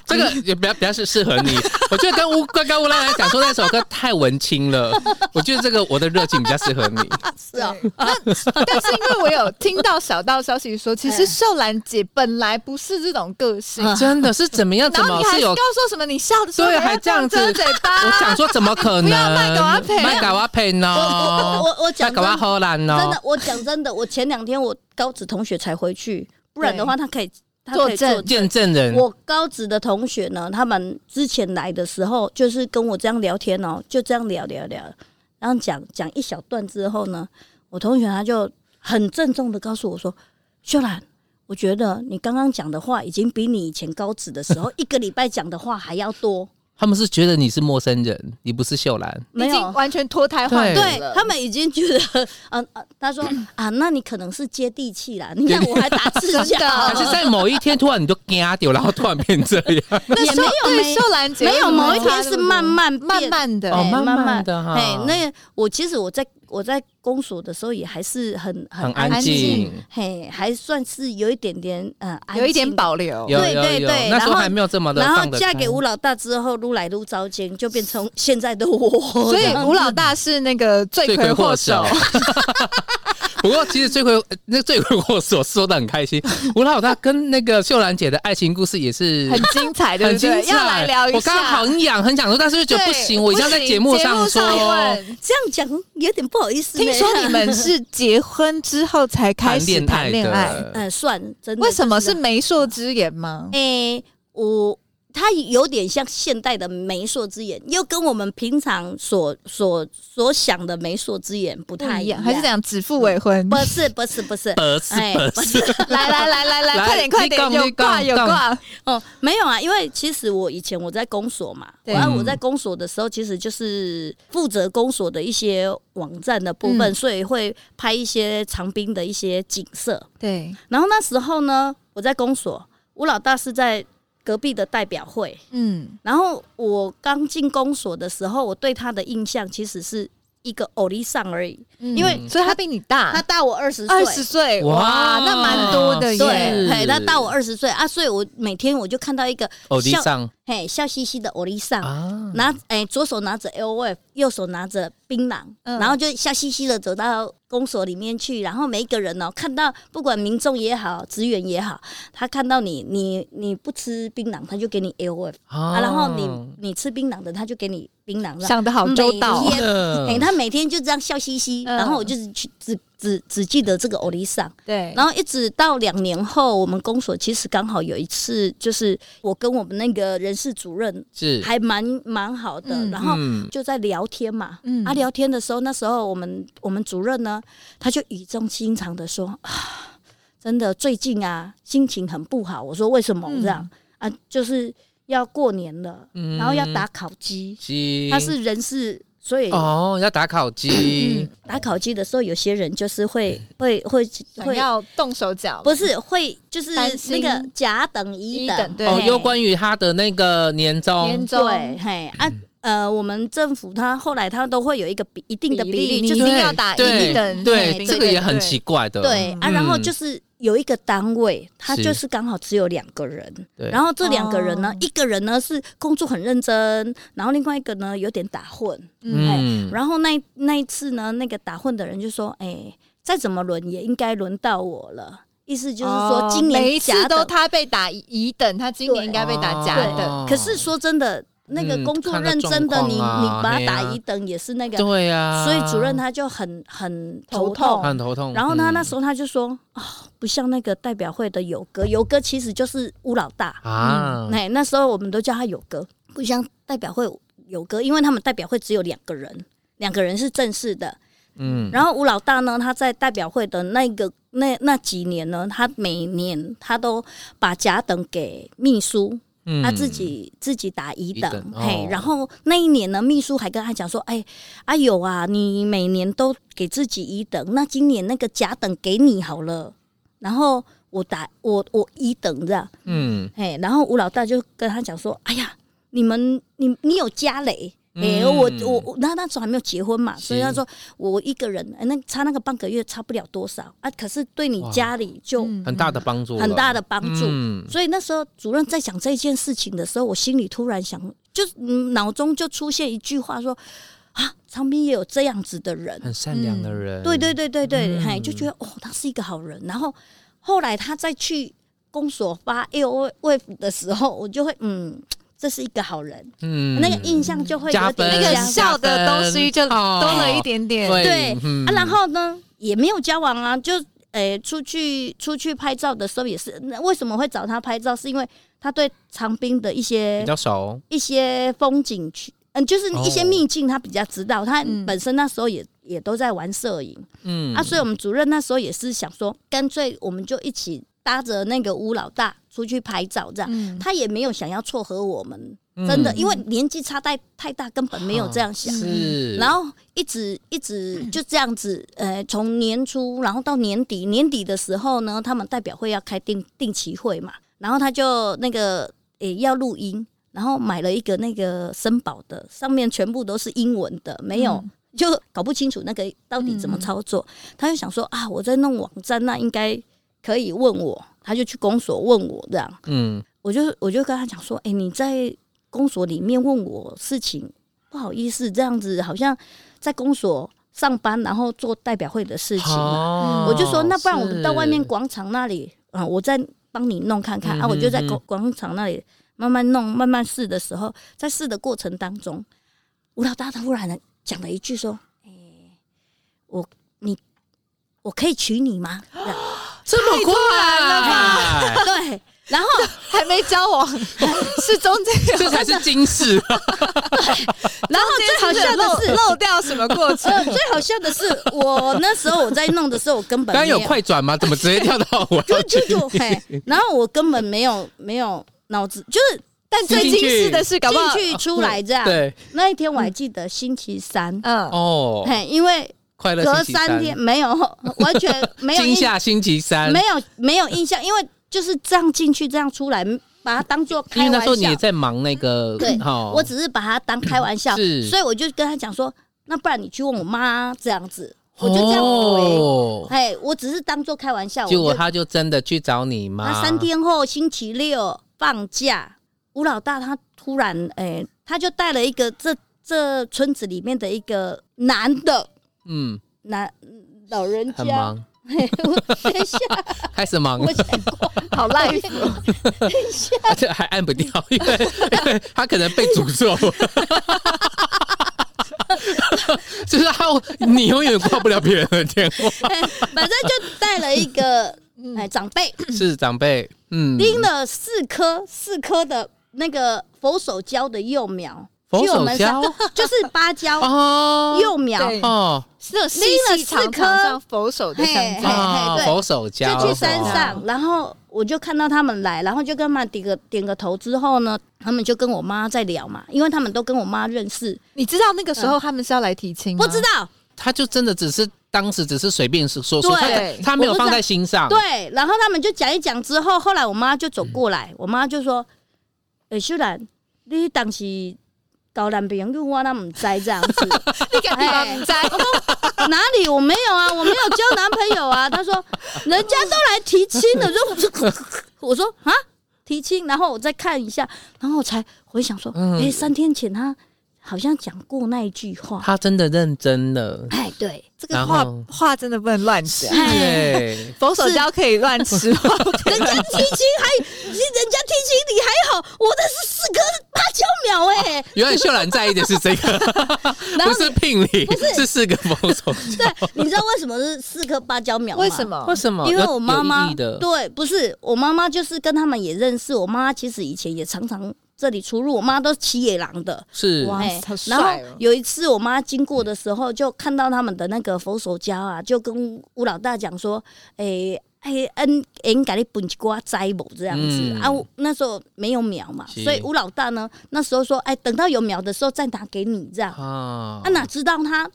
S2: 这 个也比较比较是适合你。我觉得跟乌怪跟乌拉来讲说那首歌太文青了，我觉得这个我的热情比较适合 你。
S4: 是哦，
S1: 啊但是因为我有听到小道消息说，其
S4: 哎
S1: 实秀兰姐本来不是这种个性，
S4: 嗯
S2: 真的是怎么样？啊怎
S1: 然后
S2: 么
S1: 你还
S2: 是
S1: 告
S2: 有？
S1: 诉什么你笑的时候
S2: 对，还
S1: 要
S2: 这样子。
S1: 遮嘴巴，
S2: 我想说，怎么可
S4: 哎
S2: 能？
S1: 不要卖给我赔
S2: 卖给我赔
S4: 啊我我
S2: 呢？
S4: 我我
S2: 卖
S4: 讲
S2: 给
S4: 真
S2: 我
S4: 的
S2: 荷兰
S4: 真
S2: 哦
S4: 的，。我讲真的，我前两天我高职同学才回去，不然的话他可以他可以
S1: 作证
S4: 作
S2: 见证人，
S4: 我高职的同学呢，他们之前来的时候，就是跟我这样聊天哦、就这样聊聊聊，然后讲讲一小段之后呢，我同学他就很郑重的告诉我说：“秀兰，我觉得你刚刚讲的话已经比你以前高职的时候一个礼拜讲的话还要 多，
S2: 他们是觉得你是陌生人，你不是秀兰，
S1: 已
S4: 没
S1: 经
S4: 有。”
S1: 完全脱胎换骨
S4: 对
S1: 了。
S4: 他们已经觉得，嗯、呃，他说啊，那你可能是接地啊气啦。你看我还打哦赤
S1: 真的
S4: 脚，
S2: 还是在某一天突然你就嘎掉，然后突然变这样？
S1: 那
S4: 也
S1: 秀
S4: 没有
S1: 对秀兰姐
S4: 没有某一天是慢慢变
S1: 慢慢的
S2: 哦
S4: 哎
S2: 慢慢
S4: 慢
S2: 的哈
S4: 哎，那个我其实我在我在公所的时候也还是很
S2: 很
S4: 安
S2: 安
S1: 静
S2: 静，
S4: 嘿，还算是有一点点呃，安
S1: 有一点
S4: 静的。
S1: 保留。
S2: 有
S4: 对
S2: 有
S4: 对
S2: 有
S4: 对，
S2: 那时
S4: 然
S2: 候
S4: 后
S2: 还没有这么的
S4: 然后
S2: 放得
S4: 嫁
S2: 开
S4: 给吴老大之后，撸来撸糟间，就变成现在的我。
S1: 所以吴老大是那个罪
S2: 罪
S1: 魁
S2: 魁
S1: 祸
S2: 祸
S1: 首
S2: 首。。 不过，其实罪魁那罪魁祸首说的很开心。吴老大跟那个秀兰姐的爱情故事也是
S1: 很精彩，对
S2: 很
S1: 不
S2: 精
S1: 对？
S2: 彩，
S1: 要来聊一下。
S2: 我刚刚好痒，很想说，但是又觉得不
S1: 对
S2: 行，我一定要在
S1: 不行
S2: 节目上
S1: 节目
S2: 说。
S1: 问
S4: 这样讲有点不好意思呢。
S1: 听说你 们是结婚之后才开始谈
S2: 谈
S1: 恋
S2: 恋爱
S1: 爱
S2: 的，
S4: 嗯，算真的
S1: 为什么
S4: 就是这样？
S1: 媒妁之言吗？
S4: 诶，我它有点像现代的媒妁之言，又跟我们平常所所所想的媒妁之言
S1: 不
S4: 不太
S1: 一
S4: 一
S1: 样，
S4: 样，
S1: 还是讲指腹为婚？
S4: 不是不是不是，
S2: 不呃是
S4: 哎
S2: 不是，
S1: 来来来 来来，
S2: 来
S1: 快点快点，
S2: 你讲
S1: 有挂
S2: 你
S1: 有
S2: 讲
S1: 挂，
S4: 哦，没有啊，因为其实我以前我在公所嘛，
S1: 对
S4: 然后我
S2: 嗯
S4: 在公所的时候，其实就是负责公所的一些网站的部分，
S1: 嗯
S4: 所以会拍一些长滨的一些景色。
S1: 对，
S4: 然后那时候呢，我在公所，吴老大是在隔壁的代表会。
S1: 嗯，
S4: 然后我刚进公所的时候，我对他的印象其实是一个偶力上而已，
S1: 因
S4: 因为
S1: 为所以他比你
S4: 他
S1: 大
S4: 大我二十岁，
S1: 二十岁，
S2: 嗯哇
S1: 哇，那蛮多的耶。
S4: 对，
S2: 是
S4: 嘿，他大我二十岁啊，所以我每天我就看到一个
S2: 偶地
S4: 笑
S2: 哦上
S4: 嘿笑嘻嘻的偶力上，
S2: 啊，
S1: 嗯
S4: 拿哎、左手拿着 L O F，右手拿着槟榔，
S1: 嗯
S4: 然后就笑嘻嘻的走到公所里面去，然后每一个人哦，看到不管民众也好，职员也好，他看到你，你你不吃槟榔，他就给你 A O F 啊，
S2: 啊
S4: 然后
S1: 哦
S4: 你你吃槟榔的，他就给你槟榔，
S1: 想的好周到
S4: 每，天
S2: 的
S4: 哎、他每天就这样笑嘻嘻，
S1: 嗯
S4: 然后我就是去只只只记得这个欧丽桑，
S1: 对，
S4: 然后一直到两年后，我们公所其实刚好有一次，就是我跟我们那个人事主任
S2: 是，
S4: 还蛮蛮好的，
S1: 嗯
S4: 然后
S2: 嗯
S4: 就在聊天嘛，
S1: 嗯
S4: 啊，聊天的时候，那时候我们我们主任呢，他就语重心长的说啊，真的最近啊心情很不好，我说为什么
S1: 嗯
S4: 这样、啊，就是要过年了，
S2: 嗯
S4: 然后要打烤鸡，
S2: 鸡，
S4: 他是人事，所以
S2: 哦，要打烤鸡
S4: 嗯，打烤鸡的时候，有些人就是会
S2: 嗯
S4: 会会
S1: 想
S4: 会，
S1: 要动手脚，
S4: 不是会就是
S1: 担心
S4: 那个甲等
S1: 一
S4: 乙
S1: 等
S4: 等，
S1: 对
S2: 哦，
S4: 嘿
S2: 有关于他的那个年
S1: 年
S2: 终，
S1: 终
S4: 对，嘿啊。呃，我们政府它后来它都会有一个比一定的比例，
S1: 你
S4: 就
S1: 一
S4: 是
S1: 定
S2: 对
S1: 要打
S2: 对
S1: 一等，
S2: 对
S1: 嘿
S2: 这个也很奇怪的，
S4: 对啊，
S2: 嗯
S4: 然后就是有一个单位，它
S2: 是
S4: 就是刚好只有两个人，
S2: 对
S4: 然后这两个人呢
S1: 哦，
S4: 一个人呢是工作很认真，然后另外一个呢有点打混，
S2: 嗯，
S4: 然后那一那一次呢，那个打混的人就说：“哎、再怎么轮也应该轮到我了。”意思就是说，
S1: 哦
S4: 今
S1: 每
S4: 年
S1: 一
S4: 甲
S1: 次
S4: 等
S1: 都他被打乙等，他今年应该被打甲等，
S2: 哦
S4: 可是说真的，那个
S2: 嗯
S4: 工作
S2: 看个
S4: 认真的
S2: 状
S4: 你，
S2: 况啊
S4: 你把
S2: 嘿
S4: 他
S2: 啊
S4: 打一等也是那个，
S2: 对呀，
S4: 所以主任他就很很头
S1: 啊头痛
S4: 痛。
S2: 很头痛，嗯
S4: 然后他那时
S2: 候
S4: 候他就说：“啊、不像那个代表会的有哥，有哥其实就是乌老大。
S2: 啊，
S4: 哎、那时候我们都叫他有哥，不像代表会有哥，因为他们代表会只有两个人，两个人是正式的，
S2: 嗯，
S4: 然后吴老大呢，他在代表会的那个那那几年呢，他每年他都把甲等给秘书，
S2: 嗯
S4: 他自己自己打乙等
S2: 乙等，
S4: 嘿
S2: 哦，
S4: 然后那一年呢，秘书还跟他讲说，哎，啊有啊，你每年都给自己乙等，那今年那个甲等给你好了，然后我打我我乙等这样，
S2: 嗯，
S4: 嘿，然后吴老大就跟他讲说，哎呀，你们你你有家累。哎、
S2: 嗯
S4: 我我我那那时候还没有结婚嘛，
S2: 是
S4: 所以他说我一个人，哎那差那个半个月差不了多少啊，可是对你
S2: 哇
S4: 家里就
S1: 嗯
S2: 很大的帮助了，
S4: 很大的帮助。
S2: 嗯
S4: 所以那时候主任在讲这件事情的时候，我心里突然想，就嗯脑中就出现一句话说啊，长滨也有这样子的人，
S2: 很善良的人，
S4: 嗯对对对对对，
S2: 嗯
S4: 嘿，就觉得哦，他是一个好人。然后后来他再去公所发 A O W 的时候，我就会嗯，这是一个好人，
S2: 嗯，
S4: 那个印象就会有啊
S2: 加
S4: 点
S2: 分
S1: 那
S4: 这
S1: 个
S4: 样
S1: 笑的东西就多了一点点，
S2: 对
S4: 对、
S2: 嗯
S4: 啊，然后呢也没有交往啊，就诶、出去出去拍照的时候也是，那为什么会找他拍照？是因为他对长滨的一
S2: 比
S4: 些
S2: 较熟，
S4: 一些风景区，嗯，就是一些
S2: 哦
S4: 秘境，他比较知道。他
S1: 嗯
S4: 本身那时候也也都在玩摄影。
S2: 嗯
S4: 啊，所以我们主任那时候也是想说，干脆我们就一起搭着那个吴老大出去拍照，这样、
S1: 嗯，
S4: 他也没有想要撮合我们，
S2: 以
S4: 真的，
S1: 嗯
S4: 因为年纪差太太大，根本没有这样想。
S2: 是，
S4: 然后一直一直就这样子，呃，从年初，然后到年底，年底的时候呢，他们代表会要开定定期会嘛，然后他就那个也要录音，然后买了一个那个森宝的，上面全部都是英文的，没有、
S1: 嗯
S4: 就搞不清楚那个到底怎么操作，他就想说啊，我在弄网站，那应该可以问我，他就去公所问我这样，
S2: 嗯
S4: 我就我就跟他讲说，哎、你在公所里面问我事情，不好意思，这样子好像在公所上班，然后做代表会的事情
S2: 哦
S4: 嘛。我就说，那不然我们
S2: 是
S4: 到外面广场那里，啊、我再帮你弄看看、
S2: 嗯
S4: 啊。
S2: 哼
S4: 我就在
S2: 嗯
S4: 广广场那里慢慢弄，慢慢试的时候，在试的过程当中，吴老大他忽然讲了一句说：“哎、我你我可以娶你吗？”这样
S2: 这么快了吧？
S4: 对，然后
S1: 还没交往，是中间 有，
S2: 这才是惊世，
S1: 然后
S4: 最好笑的是
S1: 漏漏掉什么过程？
S4: 呃，最好笑的是，我那时候我在弄的时候，我根本
S2: 刚刚有
S4: 没
S2: 快转吗？怎么直接跳到我要去
S4: 就？就嘿，然后我根本没有没有脑子，就是
S1: 但最惊世的是，搞不好
S4: 进去出来这样。
S2: 对
S4: 那一天我还记得星期三，
S1: 嗯，
S2: 哦，
S4: 嘿，因为
S2: 快乐
S4: 隔
S2: 星期
S4: 三天没有， 完全没有
S2: 惊
S4: 印，
S2: 吓星期三，
S4: 没有没有印象，因为就是这样进去，这样出来，把它当做
S2: 因为
S4: 开
S2: 那
S4: 玩
S2: 时候你
S4: 笑嗯
S2: 也。在忙那个，
S4: 对
S2: 哦
S4: 我只是把它当开玩笑，
S2: 是
S4: 所以我就跟他讲说，那不然你去问我妈这样子，我就这样回。
S2: 哦
S4: 哎，我只是当做开玩笑，
S2: 结果
S4: 我就
S2: 他就真的去找你妈，
S4: 他三天后星期六放假，吴老大他突然哎、他就带了一个这这村子里面的一个男的
S2: 嗯，
S4: 男老人
S2: 很
S4: 家，
S2: 忙，
S4: 等一下，
S2: 开始忙，
S4: 我想过，
S1: 好 life，
S2: 而且 还按不掉，因 为因为他可能被诅咒。 就是他，你永远挂不了别人的电 话。
S4: 反正就带了一个哎长辈，
S2: 是长辈，嗯，
S4: 拎了四颗四颗的那个佛手椒的幼苗，
S2: 佛
S4: 去我
S2: 手
S4: 们
S2: 胶
S4: 山 就是芭蕉
S2: 哦，
S4: 幼苗，
S1: 对
S2: 哦
S1: 那种细
S4: 拎了
S1: 细
S4: 四
S1: 长
S4: 颗
S1: 长像佛手的香
S4: 哎嘿
S1: 蕉，
S2: 啊，
S4: 对
S2: 佛手
S4: 就
S2: 胶
S4: 去山
S2: 哦
S4: 上，然后我就看到他们来，然后就跟他们点个点个头之后呢，他们就跟我妈在聊嘛，因为他们都跟我妈认识，
S1: 你知道那个时候他们是要来提亲吗？
S4: 不知道
S2: 他就真的只是当时只是随便说说，他
S4: 对
S2: 他没有放在心上，
S4: 对，然后他们就讲一讲之后，后来我妈就走过来，我妈就说：“诶、秀兰，你当时搞男朋友我那么知这样子，
S1: 你敢
S4: 哎
S1: 不在？
S4: 哪里我没有啊，我没有交男朋友啊。” 她说：“人家都来提亲了。”我说：“我说啊，提亲。”然后我再看一下，然后我才回想说：“诶、哎
S2: 嗯
S4: 三天前她好像讲过那一句话。
S2: 他真的认真了”，
S4: 哎，对，
S1: 这
S2: 然
S1: 个话
S2: 后
S1: 话真的不能乱讲，
S2: 对，
S1: 佛手胶可以乱 吃吗？
S4: 人家提亲还，人家提亲你还好，我的是四颗芭蕉苗哎、
S2: 原来秀兰在意的是这个，
S4: 然
S2: 不
S4: 后
S2: 是聘礼，是四个佛手胶，
S4: 对，你知道为什么是四颗芭蕉苗吗？
S1: 为什？么？
S2: 为什么？
S4: 因为
S2: 有
S4: 我妈
S2: 有意
S4: 妈
S2: 义的，
S4: 对，不是我妈妈就是跟他们也认识，我妈其实以前也常常这里出入，我妈都骑野狼的。
S2: 是
S1: 哇
S4: 哎
S1: 好帅
S4: 然
S1: 哦
S4: 后有一次我妈经过的时候，就看到他们的那个佛手胶啊，就跟吴老大讲说：“哎、哎，恩恩，给你本一瓜摘某这样子、
S2: 嗯
S4: 啊。”我那时候没有苗嘛，
S2: 是
S4: 所以吴老大呢那时候说：“哎，等到有苗的时候再拿给你这样。”
S2: 啊
S4: 啊，哪知道他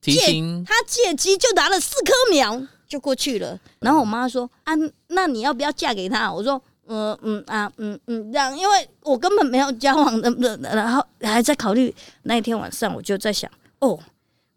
S2: 提亲，
S4: 他借机就拿了四颗苗就过去了。然后我妈说：“啊，那你要不要嫁给他？”我说：“嗯嗯啊嗯嗯，这样，因为我根本没有交往的，然后还在考虑。那一天晚上我就在想，哦，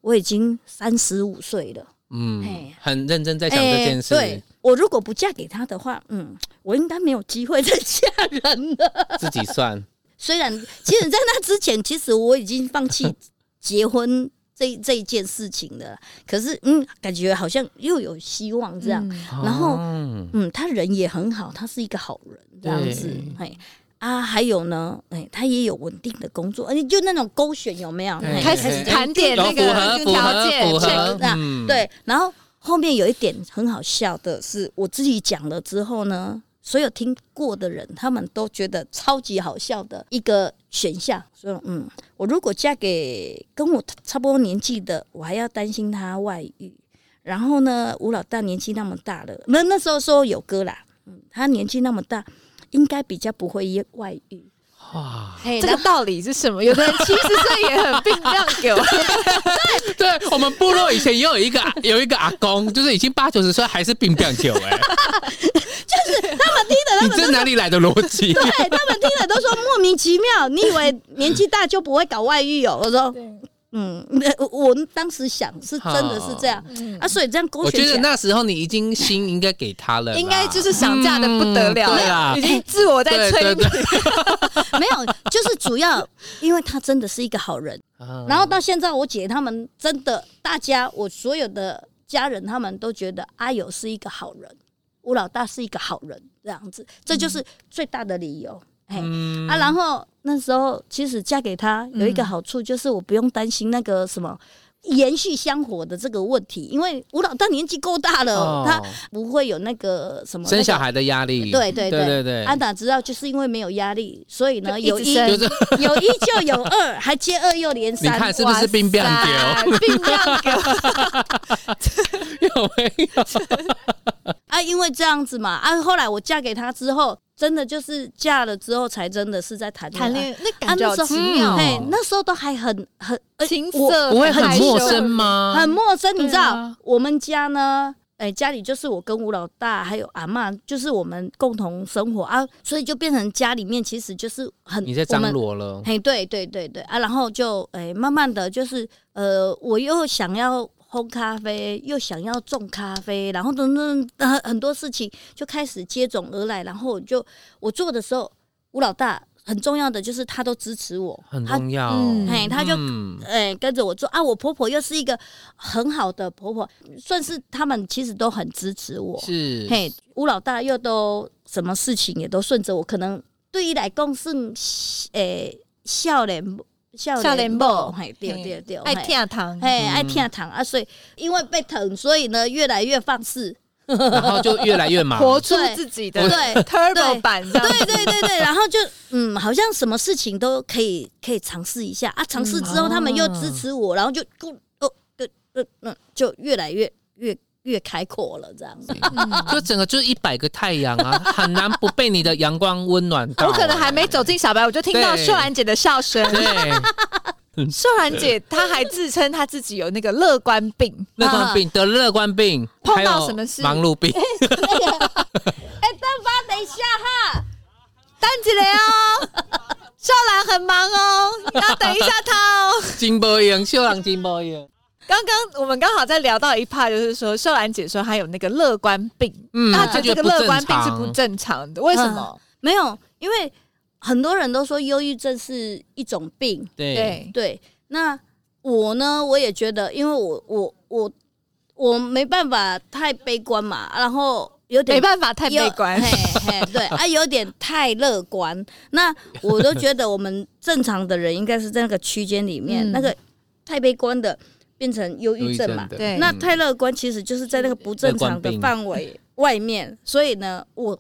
S4: 我已经三十五岁了，
S2: 嗯
S4: 哎，
S2: 很认真在想这件事，
S4: 哎对我如果不嫁给他的话，嗯，我应该没有机会再嫁人了。
S2: 自己算，
S4: 虽然，其实，在那之前，其实我已经放 弃结婚这这一件事情了。可是，嗯，感觉好像又有希望这样。
S1: 嗯
S4: 然后
S2: 哦
S4: 嗯，他人也很好，他是一个好人这样子
S2: 对。
S4: 哎，啊，还有呢，哎，他也有稳定的工作，而且哎就那种勾选有没有？
S2: 对
S4: 哎
S1: 开始盘点
S2: 有
S1: 那
S2: 符
S1: 个
S2: 合哦符
S1: 条
S2: 合
S1: 件
S2: 符
S1: check
S2: 合
S4: check，那啊
S2: 嗯
S4: 对，然后后面有一点很好笑的是，我自己讲了之后呢，所有听过的人他们都觉得超级好笑的一个选项。所以，嗯，我如果嫁给跟我差不多年纪的，我还要担心他外遇。然后呢，吴老大年纪那么大了，那那时候说有哥啦，嗯，他年纪那么大，应该比较不会外遇。
S2: 哇。
S4: 嘿，
S1: 这个道理是什么？有的人七十岁也很病这样给我，
S2: 对我们部落以前也有一个 有一个阿公，就是已经八九十岁还是病病酒哎，就是他们听的，你这哪里来的逻辑？
S4: 对啊他们听了都说莫名其妙，你以为年纪大就不会搞外遇哦？我说，嗯，我我当时想是真的是这样
S1: 嗯
S4: 啊，所以这样勾
S2: 我
S4: 选
S2: 觉
S4: 起
S2: 得
S4: 来，
S2: 那时候你已经心应该给他了啦，
S1: 应该就是想嫁的不得了
S2: 嗯对
S1: 了，
S2: 啦
S1: 已经自我在
S2: 对
S1: 催
S2: 对
S1: 眠。
S2: 对，
S4: 没有，就是主要因为他真的是一个好人。
S2: 嗯
S4: 然后到现在，我姐他们真的，大家我所有的家人他们都觉得阿友是一个好人，吴老大是一个好人，这样子，这就是最大的理由。哎、
S2: 嗯嗯
S4: 啊，然后那时候其实嫁给他有一个好处，就是我不用担心那个什么延续香火的这个问题，因为吴老大年纪够大了，
S2: 哦
S4: 他不会有那个什么、
S2: 生小。孩的压力，
S4: 对对啊
S2: 对
S4: 对
S2: 对对，
S4: 安达知道，就是因为没有压力，所以呢，
S1: 就一直
S4: 有一
S1: 生
S2: 就是
S4: 有 一就有二，还接二又连
S2: 你
S4: 三。
S2: 看是不是病病
S1: 哇
S2: 酒？
S1: 塞病量给我，
S2: 有没有？
S4: 啊，因为这样子嘛，啊，后来我嫁给他之后，真的就是嫁了之后才真的是在谈
S1: 谈
S4: 爱。
S1: 恋爱那
S4: 啊
S1: 感觉好
S4: 那时
S1: 奇
S4: 候
S1: 妙哦，
S4: 嘿，那时候都还很很呃
S1: 情
S4: 我
S1: 色
S2: 不会很
S1: 害羞
S2: 陌生？吗？
S4: 很陌生，你知道、
S2: 对啊
S4: 我们家呢？哎、家里就是我跟吴老大还有阿嬷，就是我们共同生活啊，所以就变成家里面其实就是很
S2: 你在
S4: 我
S2: 张
S4: 们
S2: 罗了，
S4: 嘿，对对对对啊，然后就哎、慢慢的就是呃，我又想要烘咖啡，又想要种咖啡，然后等等、呃、很多事情就开始接踵而来，然后我就我做的时候，吴老大很重要的就是他都支持我，
S2: 很
S4: 他
S2: 重要。
S1: 嗯
S4: 嘿，他就
S2: 嗯
S4: 哎、跟着我做啊。我婆婆又是一个很好的婆婆，算是他们其实都很支持我。
S2: 是
S4: 嘿，吴老大又都什么事情也都顺着我，可能对伊来讲算诶笑脸笑
S1: 少
S4: 脸
S1: 年
S4: 某，
S1: 某
S4: 嘿，对
S1: 嘿
S4: 对对，
S1: 爱
S4: 嘿
S1: 听糖，
S4: 嘿，
S2: 嗯
S4: 爱听糖啊，所以因为被疼，所以呢越来越放肆。
S2: 然后就越来越忙。
S1: 活出自己的
S4: 对
S1: turbo 版这样
S4: 对对对对，然后就嗯，好像什么事情都可以可以尝试一下啊，尝试之
S2: 嗯
S4: 后他们又支持
S1: 嗯啊
S4: 我，然后就就哦呃呃嗯，就越来越越越开阔了这样子。
S1: 嗯
S2: 就整个就是一百个太阳啊， 很难不被你的阳光温暖到、啊
S1: 我可能还没走进小白，我就听到
S2: 对
S1: 秀兰姐的笑声。
S2: 对
S1: 秀兰姐她还自称她自己有那个乐观病，
S2: 乐观病得了乐观病，
S1: 碰到
S2: 还有
S1: 什么事
S2: 忙碌 病，
S4: 哎，邓发，等一下哈，
S1: 单起来哦，秀兰很忙哦，要等一下她哦。
S2: 金波英秀郎金波英，
S1: 刚刚我们刚好在聊到一 part，就是说秀兰姐说她有那个乐观病，
S2: 嗯
S1: 那她觉得这个乐观病是
S2: 不
S1: 不
S2: 正常
S1: 正常的，为什么？
S4: 没有，因为很多人都说忧郁症是一种病，
S2: 嗯对
S1: 对，
S4: 对，那我呢，我也觉得，因为我我我我没办法太悲观嘛，然后有点
S1: 没办法，太悲观
S4: 有。嘿嘿，对啊，有点太乐观。那我都觉得我们正常的人应该是在那个区间里面，
S1: 嗯
S4: 那个太悲观的变成忧郁症嗯嘛。
S2: 嗯
S1: 对
S4: 那太乐观其实就是在那个不正常的范围外面，所以呢，我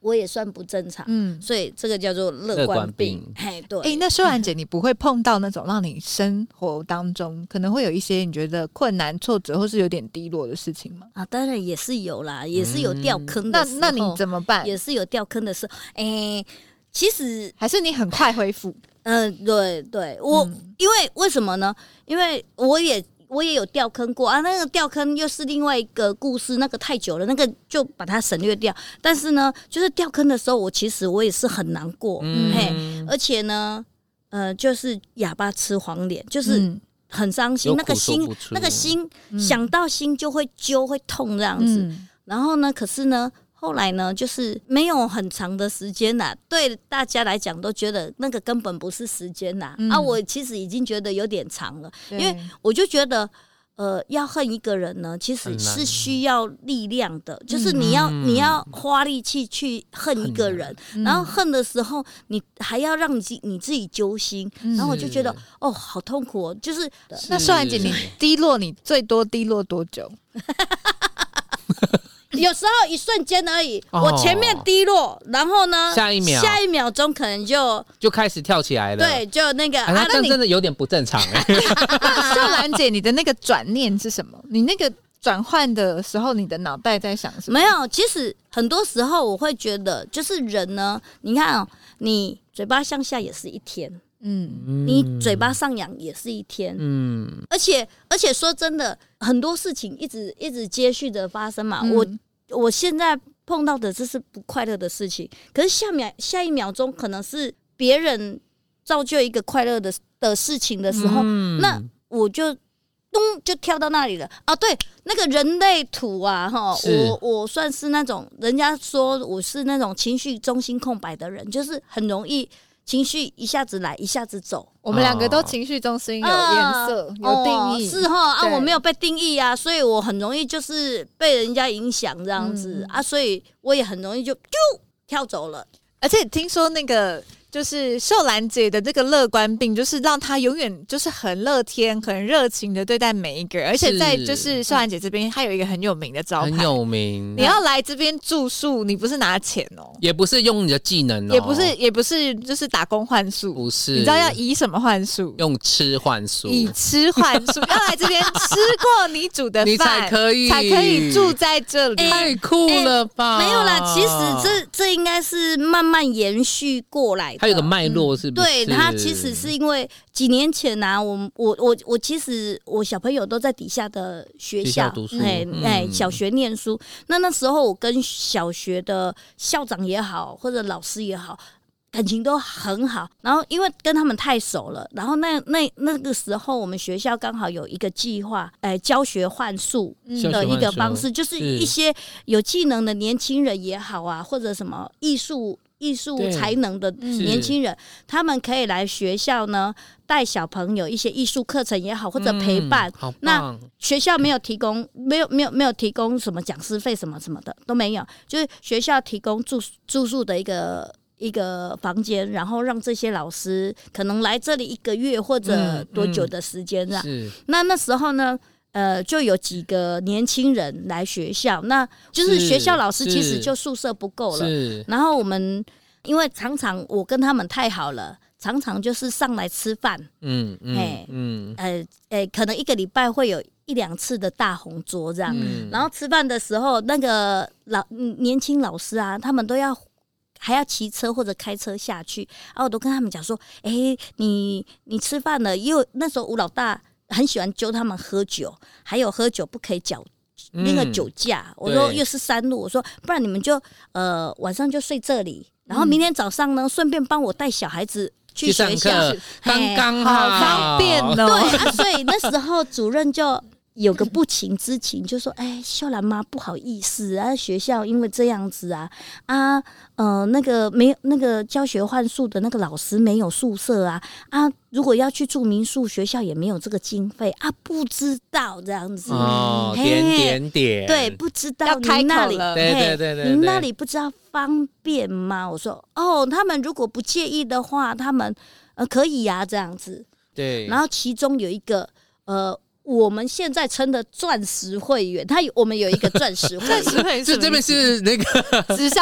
S4: 我也算不正常，
S1: 嗯，
S4: 所以这个叫做乐
S2: 乐
S4: 观
S2: 观
S4: 病
S2: 病。
S4: 嘿，对，
S1: 哎、那秀兰
S4: 嗯
S1: 姐，你不会碰到那种让你生活当中可能会有一些你觉得困难、挫折，或是有点低落的事情吗？
S4: 啊，当然也是有啦，也是有掉坑
S1: 那
S4: 的时候、
S1: 嗯那你怎么办？
S4: 也是有掉坑的时候，哎、其实
S1: 还是你很快恢复？
S4: 嗯，对对，我、
S1: 嗯
S4: 因为为什么呢？因为我也我也有掉坑过啊，那个掉坑又是另外一个故事，那个太久了，那个就把它省略掉。但是呢，就是掉坑的时候，我其实我也是很难过，
S2: 嗯，
S4: 而且呢，呃，就是哑巴吃黄连，就是
S1: 嗯
S4: 很伤心，
S2: 有
S4: 那个
S2: 苦说
S4: 心
S2: 不出
S4: 那个心、
S1: 嗯
S4: 想到心就会揪会痛这样子。
S1: 嗯
S4: 然后呢，可是呢，后来呢，就是没有很长的时间啦，对大家来讲都觉得那个根本不是时间啦。
S1: 嗯
S4: 啊，我其实已经觉得有点长了，
S1: 对
S4: 因为我就觉得。呃，要恨一个人呢，其实
S2: 很难
S4: 是需要力量的，就是你要、
S2: 嗯
S4: 你要花力气去恨一个人，
S1: 嗯
S4: 然后恨的时候，你还要让你自己你自己揪心，
S1: 嗯
S4: 然后我就觉得
S2: 是
S4: 哦，好痛苦哦，就是
S1: 那秀兰姐，
S2: 是
S1: 你低落，你最多低落多 久？
S4: 有时候一瞬间而已，
S2: 哦
S4: 我前面低落，然后呢，
S2: 下一秒
S4: 下一秒钟可能就
S2: 就开始跳起来了。
S4: 对，就那个
S2: 啊，那这
S4: 那
S2: 样
S4: 你
S2: 真的有点不正 常哎。
S1: 秀兰姐，你的那个转念是什么？你那个转换的时候，你的脑袋在想什么？
S4: 没有。其实很多时候我会觉得，就是人呢，
S2: 嗯
S4: 你看哦，你嘴巴向下也是一天，
S1: 嗯，
S4: 你嘴巴上扬也是一天，
S2: 嗯，
S4: 而且而且说真的，很多事情一直一直接续的发生嘛。
S1: 嗯
S4: 啊我我现在碰到的这是不快乐的事情，可是下秒下一秒钟可能是别人造就一个快乐的的事情的时候，
S2: 嗯
S4: 那我就咚就跳到那里了啊！对，那个人类图啊，哈，
S2: 是
S4: 我我算是那种人家说我是那种情绪中心空白的人，就是很容易情绪一下子来一下子走。
S1: 我们两个都情绪中心，有颜色，
S4: 啊
S1: 有定义，
S4: 哦、是哈啊，
S1: 对
S4: 我没有被定义啊，所以我很容易就是被人家影响这样子、
S1: 嗯
S4: 啊，所以我也很容易就就跳走了。
S1: 而且听说那个就是秀兰姐的这个乐观病，就是让她永远就是很乐天、很热情的对待每一个人，而且在就是秀兰姐这边，她有一个很有名的招牌
S2: 很。有名
S1: 你，要来这边住宿，你不是拿钱哦，
S2: 也不是用你的技能哦，
S1: 也不是也不是就是打工换宿，
S2: 不是，
S1: 你知道要以什么换宿？
S2: 用吃换宿，
S1: 以吃换宿，要来这边吃过你煮的
S2: 你才
S1: 饭，
S2: 可以哎
S1: 才可以住在这里。
S2: 太酷了
S1: 啊
S2: 吧？
S4: 哎没有啦，其实这这应该是慢慢延续过来的。
S2: 它有个脉络，是不
S4: 对
S2: 是？
S4: 他其实是因为几年前啊，我我我我其实我小朋友都在底下的学
S2: 学
S4: 校
S2: 校读书
S4: 哎
S2: 嗯
S4: 哎，小学念书。那那时候我跟小学的校长也好，或者老师也好。感情都很好，然后因为跟他们太熟了，然后那那那个时候我们学校刚好有一个计划，哎，教学换宿
S1: 嗯
S2: 教学
S4: 的一
S2: 换
S4: 个
S2: 宿
S4: 方式，就是
S2: 是
S4: 一些有技能的年轻人也好啊，或者什么艺术艺术
S2: 对
S4: 才能的
S1: 嗯
S2: 是
S4: 年轻人，他们可以来学校呢，带小朋友一些艺术课程也好，或者陪伴。
S2: 嗯好
S4: 那
S2: 棒，
S4: 学校没有提供，没有没有没有提供什么讲师费什么什么的都没有，就是学校提供住宿住宿的一个一个房间，然后让这些老师可能来这里一个月或者
S2: 嗯
S4: 多久
S2: 嗯
S4: 的时间这样。
S2: 是
S4: 那那时候呢，呃，就有几个年轻人来学校，那就是
S2: 是
S4: 学校老师其
S2: 是
S4: 实就宿舍不够了，
S2: 是
S4: 然后我们因为常常我跟他们太好了，常常就是上来吃饭，
S2: 嗯嗯
S4: 哎
S2: 嗯
S4: 呃呃，可能一个礼拜会有一两次的大红桌这样，
S2: 嗯，
S4: 然后吃饭的时候，那个老嗯年轻老师啊，他们都要还要骑车或者开车下去，然后我都跟他们讲说，哎、你你吃饭了，因为那时候吴老大很喜欢揪他们喝酒，还有喝酒不可以缴那个
S2: 嗯
S4: 酒驾，我说
S2: 对
S4: 又是山路，我说不然你们就呃晚上就睡这里，然后明天早上呢，顺便帮我带小孩子
S2: 嗯
S4: 去
S2: 去上
S4: 学校，
S2: 课刚
S4: 嘿
S2: 刚
S1: 好方便
S2: 哦，
S1: 哦。
S4: 对啊，所以那时候主任就有个不情之请，就说：“哎，秀兰妈，不好意思啊，学校因为这样子啊，啊，呃，那个没有那个教学幻术的那个老师没有宿舍啊，啊，如果要去住民宿，学校也没有这个经费啊，不知道这样子。
S2: 哦，
S4: 嗯嘿
S2: 点点点，
S4: 对，不知道
S1: 要开
S4: 您那
S1: 口
S4: 里
S1: 了
S2: 对
S4: 嘿
S2: 对对对
S4: 您那
S2: 对
S4: 里不知道方便吗？我说哦，他们如果不介意的话，他们呃可以呀、这样子。
S2: 对，
S4: 然后其中有一个呃，我们现在称的钻石会员，他有我们 有一个钻石会
S1: 钻石
S4: 员，
S1: 会
S2: 这这边是那个
S1: 直销，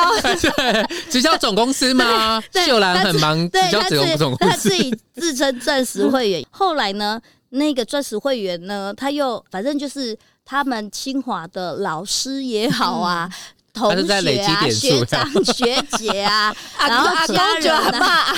S2: 直销总公司吗？
S4: 对对
S2: 秀兰很忙，
S4: 对
S2: 直，销
S4: 他
S2: 总总
S4: 自
S2: 公
S4: 他
S2: 司
S4: 自己自称钻石 会员。后来呢，那个钻石会员呢，他又反正就是他们清华的老师也好啊。同
S2: 嗯他是在累
S4: 学
S2: 积
S4: 啊，
S2: 点数
S4: 学长学 姐啊，
S1: 阿
S4: 然
S1: 公
S4: 后
S1: 阿公
S4: 家
S1: 就
S4: 人啊
S1: 阿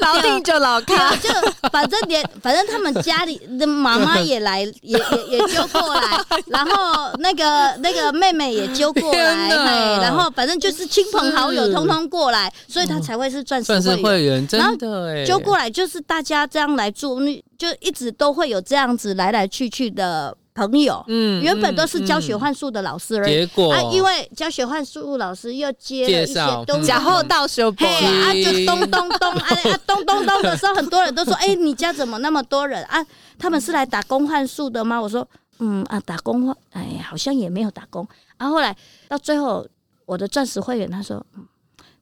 S1: 爸，老定就老
S4: 对啊，
S1: 咖，
S4: 就反正连反正他们家里的妈妈也来， 也也也揪过来，然后那个那个妹妹也揪过来，
S2: 天哪
S4: 嘿然后反正就是亲朋好友
S2: 是嗯
S4: 通通过来，所以他才会是钻石
S2: 算是
S4: 会员。
S2: 会员，
S4: 然后
S2: 真的哎，
S4: 揪过来就是大家这样来住，你就一直都会有这样子来来去去的朋友。
S2: 嗯
S4: 原本都是教学
S2: 嗯
S4: 幻术的老师而已，
S2: 结果
S4: 啊，因为教学幻术老师又接了一
S2: 介
S4: 些
S2: 绍
S4: 东
S2: 嗯
S4: 西
S1: 假后道修博
S4: 嘿，啊，就是
S2: 是
S4: 咚咚咚，啊啊，咚咚咚的时候，很多人都说，哎、你家怎么那么多人啊？他们是来打工换宿的吗？我说，嗯啊，打工换，哎，好像也没有打工。啊，后来到最后，我的钻石会员他说，嗯，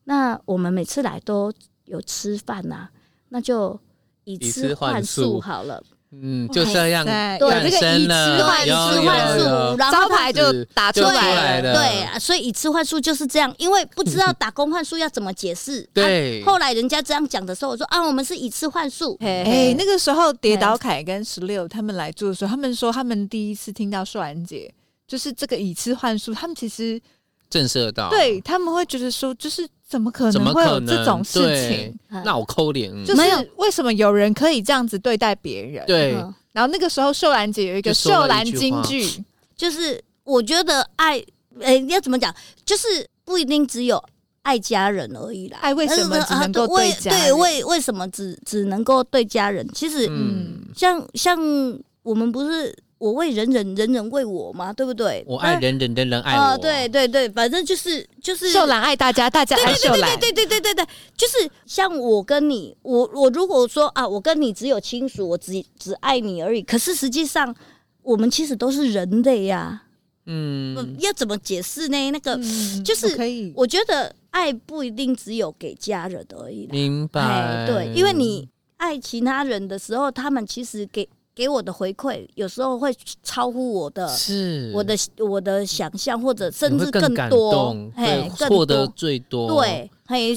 S4: 那我们每次来都有吃饭呐、那就以
S2: 以
S4: 吃
S2: 吃换
S4: 换
S2: 宿
S4: 宿好了。
S2: 嗯就这样
S1: 哇塞
S4: 对
S2: 诞
S1: 哎这个
S2: 生
S1: 以
S2: 了
S1: 吃换
S2: 有
S1: 宿以
S2: 有
S1: 吃换
S2: 有
S4: 宿
S2: 有
S4: 然后
S1: 招牌就打出
S2: 就出
S1: 来
S2: 来
S1: 了。
S2: 了
S4: 对啊，所以以吃换宿就是这样，因为不知道打工换宿要怎么 解释。
S2: 对
S4: 啊后来人家这样讲的时候，我说啊，我们是以吃换宿。
S1: 哎、
S4: 嘿
S1: 那个时候跌倒凯跟石榴他们来住的时候，他们说他们第一次听到秀兰姐就是这个以吃幻术，他们其实
S2: 震慑到，
S1: 对他们会觉得说，就是怎么可
S2: 怎么
S1: 能会
S2: 可
S1: 有
S2: 能
S1: 这种事情？
S4: 嗯
S2: 对那我抠脸，
S1: 就
S4: 没有
S1: 是为什么有人可以这样子对待别人？。
S2: 对
S4: 嗯
S1: 然后那个时候秀兰姐有一个
S2: 就说
S1: 秀
S2: 了
S1: 兰
S2: 一句
S1: 金
S2: 话
S1: 句，
S4: 就是我觉得爱，诶、要怎么讲？就是不一定只有爱家人而已啦。
S1: 爱为什么
S4: 但是呢
S1: 只能够
S4: 啊
S1: 对
S4: 为
S1: 家
S4: 对
S1: 人
S4: 为为什么只只能够对家人？其实
S2: 嗯，
S4: 像、像我们不是我为人人，人人为我嘛，对不对？
S2: 我爱人人人人爱
S4: 那。啊、
S2: 我，
S4: 对对对，反正就是就是
S1: 秀兰爱大家，大家爱秀兰。
S4: 对对对对对，就是像我跟你，我我如果说啊，我跟你只有亲属，我只只爱你而已。可是实际上，我们其实都是人类呀、
S2: 嗯，
S4: 要怎么解释呢？那个，
S1: 嗯
S4: 就是
S1: 可以，
S4: 我觉得爱不一定只有给家人而已啦。
S2: 明白
S4: 哎，，对，因为你爱其他人的时候，他们其实给给我的回馈，有时候会超乎我的。
S2: 是
S4: 我的我的想象，或者
S2: 你
S4: 甚
S2: 会
S4: 至
S2: 更
S4: 更
S2: 感
S4: 多
S2: 动，，对，
S4: 嘿，更
S2: 获得
S4: 多
S2: 最多，
S4: 对，嘿，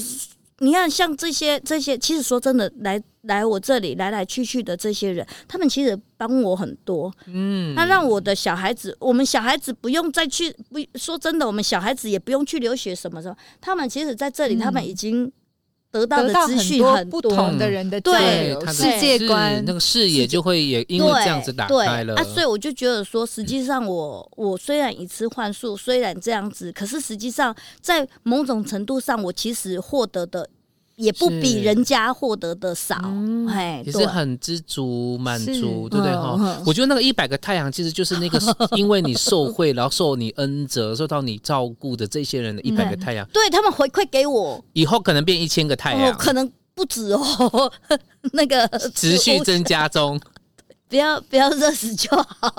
S4: 你看像这些这些，其实说真的，来来我这里来来去去的这些人，他们其实帮我很多，
S2: 嗯，
S4: 那让我的小孩子，我们小孩子不用再去不说真的，我们小孩子也不用去留学什么什么，他们其实在这里，
S1: 嗯
S4: 他们已经得到
S1: 得
S4: 的
S1: 到
S4: 资
S1: 很
S4: 讯
S1: 多
S4: 很
S1: 不
S4: 多。
S1: 同的人的
S4: 对
S1: 交流
S2: 他的
S1: 世界
S2: 是
S1: 观
S2: 那。个视野就会也因为
S4: 对
S2: 这样子打
S4: 对
S2: 开了
S4: 啊，所以我就觉得说，实际上我我虽然以吃换术，虽然这样子，可是实际上在某种程度上，我其实获得的也不比
S2: 是嗯
S4: 人家获得的少，哎、
S2: 也
S4: 对
S2: 是很知足满
S1: 是
S2: 足，对不对
S1: 嗯
S2: 哈？我觉得那个一百个太阳，其实就是 那个因为你受惠，然后受你恩泽、受到你照顾的这些人的一
S4: 嗯
S2: 百个太阳，
S4: 对他们回馈给我，
S2: 以后可能变一千个太
S4: 哦
S2: 阳，，
S4: 可能不止哦， 那个
S2: 持续
S4: 我
S2: 增加中。
S4: 不要不要热死就好。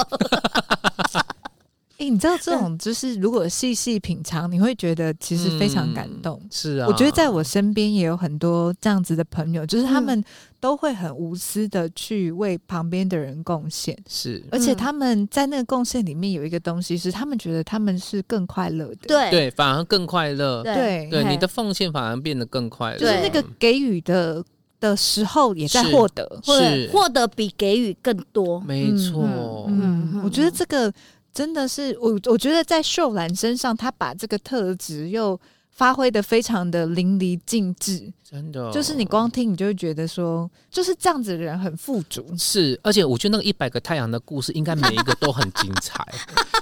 S1: 哎、你知道这种就是如果细细品尝，你会觉得其实非常感
S2: 嗯
S1: 动。
S2: 是啊，
S1: 哦我觉得在我身边也有很多这样子的朋友，就是
S4: 嗯
S1: 他们都会很无私的去为旁边的人贡献，
S2: 是
S1: 而
S4: 嗯
S1: 且他们在那个贡献里面有一个东西是，他们觉得他们是更快乐的。
S4: 对
S2: 对，反而更快乐。
S1: 对
S2: 对，
S4: 嘿
S2: 你的奉献反而变得更快乐。
S1: 就是那个给予的的时候也在获得。
S4: 或
S2: 是
S4: 者获得比给予更多。
S2: 没错，
S1: 嗯，
S4: 嗯
S1: 我觉得这个真的是我，我觉得在秀兰身上，她把这个特质又发挥的非常的淋漓尽致，
S2: 真的
S1: 就是你光听你就会觉得说，就是这样子的人很富足。
S2: 是，而且我觉得那个一百个太阳的故事，应该每一个都很精彩，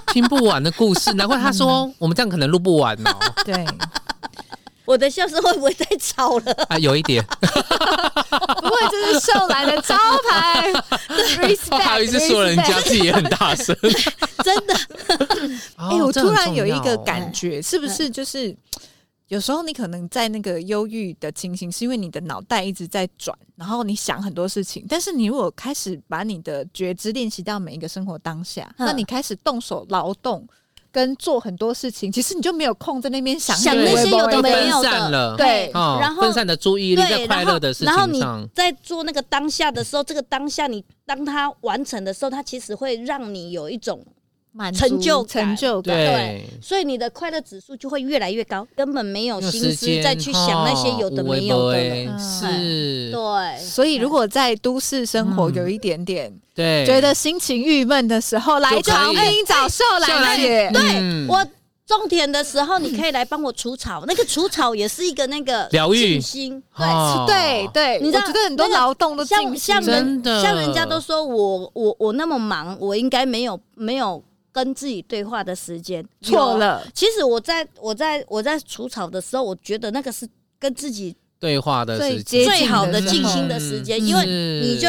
S2: 听不完的故事。难怪他说我们这样可能录不完 哦。
S1: 对，
S4: 我的笑声会不会太吵了？
S2: 啊，有一点
S1: 不过这是秀兰的招牌 ，respect，
S2: 不好意思说人家
S1: respect
S2: 自己也很大声。
S4: 真 的，
S2: 哎
S1: 哎、我突然有一
S2: 哦
S1: 个感觉，是不是就是有时候你可能在那个忧郁的情形，是因为你的脑袋一直在转，然后你想很多事情，但是你如果开始把你的觉知练习到每一个生活当下，
S4: 嗯
S1: 那你开始动手劳动跟做很多事情，其实你就没有空在那边想
S4: 想
S2: 那
S4: 些有的没有
S2: 分
S4: 的
S2: 散了，
S4: 对，
S2: 哦
S4: 然后
S2: 分散的注意力在
S4: 对，
S2: 快
S4: 然后
S2: 乐的事
S4: 然后
S2: 情
S4: 你
S2: 上，
S4: 在做那个当下的时候，这个当下你当它完成的时候，它其实会让你有一种，
S1: 满足
S4: 成就感
S1: 成就感。
S2: 对
S4: 对。所以你的快乐指数就会越来越高，根本没有
S2: 用
S4: 心
S2: 时
S4: 思
S2: 间
S4: 再去想那些有的没有的了。
S2: 哦
S1: 嗯
S2: 是，
S4: 对，
S1: 所以，如果在都市生活
S2: 嗯
S1: 有一点点
S2: 对，
S1: 觉得心情郁闷的时候，来
S2: 就可
S1: 找
S2: 以
S1: 冰找秀
S2: 秀
S1: 兰
S2: 兰
S1: 姐，
S2: 嗯
S4: 对我种田的时候，你可以来帮我除草，那个除草也是一个那个
S2: 疗愈
S4: 静心。对，
S2: 哦
S1: 对对，
S4: 你知
S1: 我
S4: 道
S1: 觉得很多
S4: 那个
S1: 劳动都
S4: 像
S1: 进
S4: 像人
S2: 真的
S4: 像人家都说我我我那么忙，我应该没有没有跟自己对话的时间，
S1: 错
S4: 有。
S1: 了，
S4: 其实我在我在我在除草的时候，我觉得那个是跟自己
S2: 对话的
S1: 最
S2: 时
S1: 接
S2: 间
S1: 近
S4: 最好的
S1: 的
S4: 静
S1: 时
S4: 心
S1: 候
S4: 的时间，
S2: 嗯
S4: 因为
S2: 是
S4: 你就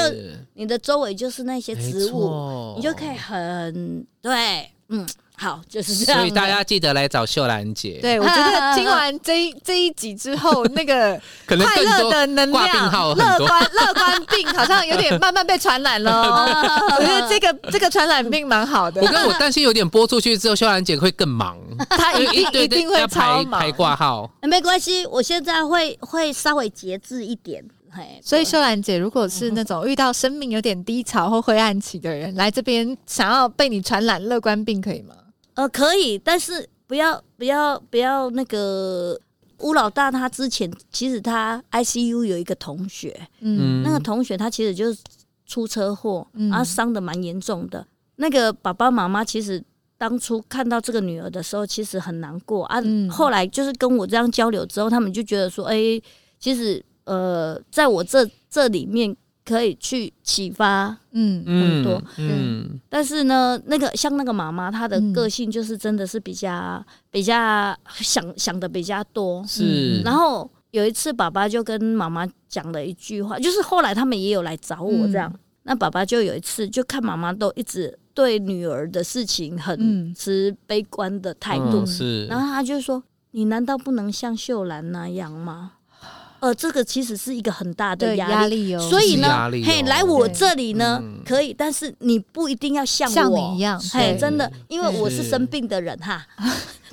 S4: 你的周围就是那些植物，你就可。
S2: 没
S4: 以
S2: 错
S4: 很对，嗯，好，就是这样
S2: 所
S4: 了。
S2: 以大家记得来找秀兰姐，，
S1: 对我觉得听完这一这一集之后，那个
S2: 可能
S1: 快
S2: 更
S1: 乐
S2: 多
S1: 的能
S2: 挂病号
S1: 量、
S2: 很
S1: 乐
S2: 多
S1: 观乐观病好像有点慢慢被传染了哦。我觉得这个这个传染病蛮好的
S2: 我， 跟我担心有点播出去之后，秀兰姐会更忙，
S1: 他一
S2: 因
S1: 定
S2: 为对
S1: 一定会
S2: 要
S1: 超
S2: 排
S1: 忙
S2: 排。挂号。
S4: 哎没关系，我现在会会稍微节制一点，嘿，
S1: 所以
S4: 对
S1: 秀兰姐，如果是那种遇到生命有点低潮或灰暗期的人，来这边想要被你传染乐观病，可以吗？
S4: 呃可以，但是不要不要不要那个。吴老大他之前其实他 ICU 有一个同学，
S1: 嗯，
S4: 那个同学他其实就是出车祸，
S1: 嗯
S4: 啊伤的蛮严重的。那个爸爸妈妈其实当初看到这个女儿的时候，其实很难过啊。
S1: 嗯
S4: 后来就是跟我这样交流之后，他们就觉得说，哎、其实呃，在我这这里面可以去启发
S1: 嗯
S4: 很多
S2: 嗯，
S4: 但是呢，那个像那个妈妈，她的
S1: 嗯
S4: 个性就是真的是比较、比较想想的比较多。
S2: 嗯是。
S4: 嗯然后有一次，爸爸就跟妈妈讲了一句话，就是后来他们也有来找我
S1: 嗯
S4: 这样。那爸爸就有一次就看妈妈都一直对女儿的事情
S1: 嗯
S4: 很持悲观的态度，
S2: 嗯是，
S4: 然后他就说：“你难道不能像秀兰那样吗？”呃，这个其实是一个很大的
S1: 对
S4: 压
S1: 压
S4: 力。
S1: 力哦，
S4: 所以
S2: 是压
S4: 呢，
S2: 力哦
S4: 嘿，来我这里呢
S2: 嗯
S4: 可以，但是你不一定要像
S1: 像
S4: 我
S1: 你一样
S4: 嘿，
S1: 对
S4: 真的，因为我
S2: 是
S4: 是生病的 人哈，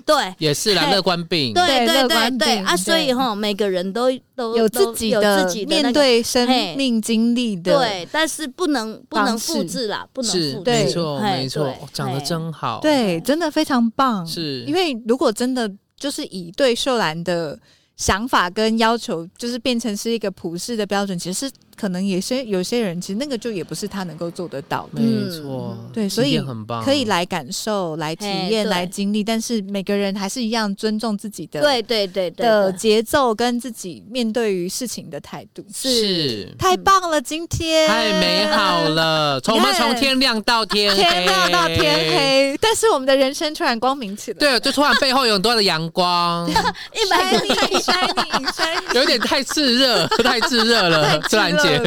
S4: 对。
S2: 也是啦，
S4: 嘿
S2: 乐观病。
S1: 对
S4: 对
S1: 乐
S4: 对
S1: 观
S4: 对对
S1: 病
S4: 啊，所
S1: 对
S4: 以哈，每个人都都
S1: 有
S4: 都
S1: 自己
S4: 有
S1: 的
S4: 自己的
S1: 面
S4: 那个
S1: 对生
S4: 嘿
S1: 命经历的，
S4: 对，但是不能不
S1: 方
S4: 能
S1: 式
S4: 复制啦，不能
S2: 是
S4: 复制，
S2: 没错
S4: 嘿
S2: 没错
S4: 对，
S2: 哦讲的
S4: 嘿
S2: 真好。，
S1: 对真的非常棒。
S2: 是
S1: 因为如果真的就是以对秀兰的想法跟要求，就是变成是一个普世的标准，其实是可能有些有些人其实那个就也不是他能够做得到的。
S2: 没错，
S1: 嗯对所以
S2: 体验很棒，
S1: 可以来感受、来体
S4: 哎
S1: 验、
S4: 对
S1: 来经历，但是每个人还是一样尊重自己的
S4: 对对对对
S1: 的
S4: 对，
S1: 节奏跟自己面对于事情的态度。
S2: 是
S1: 太棒了，今天
S2: 太美 好了，从我们从天亮到天黑，
S1: 啊天亮到天。黑，但是我们的人生突然光明起来，
S2: 对，就突然背后有很多的阳 光，
S4: 一百个
S1: ，shining shining shining，
S2: 有点太炙热，太炙热了，自然姐。
S1: 姐，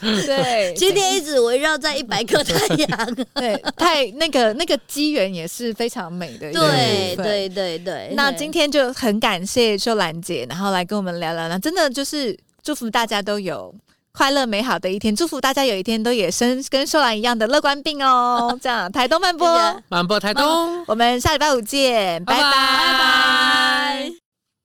S1: 对，
S4: 今天一直围绕在一百个太 阳。
S1: 对太那个那个机缘也是非常美的一个部
S4: 对
S1: 分，
S4: 对对对，
S1: 那
S4: 对
S1: 今天就很感谢秀兰姐，然后来跟我们聊聊呢，真的就是祝福大家都有。快乐美好的一天，祝福大家有一天都也生跟秀兰一样的乐观病 哦。这样，台东漫
S4: 这
S1: 播，
S2: 啊
S4: 个
S2: 满播台东，
S1: 我们下礼拜五见，拜
S2: 拜
S1: 拜
S2: 拜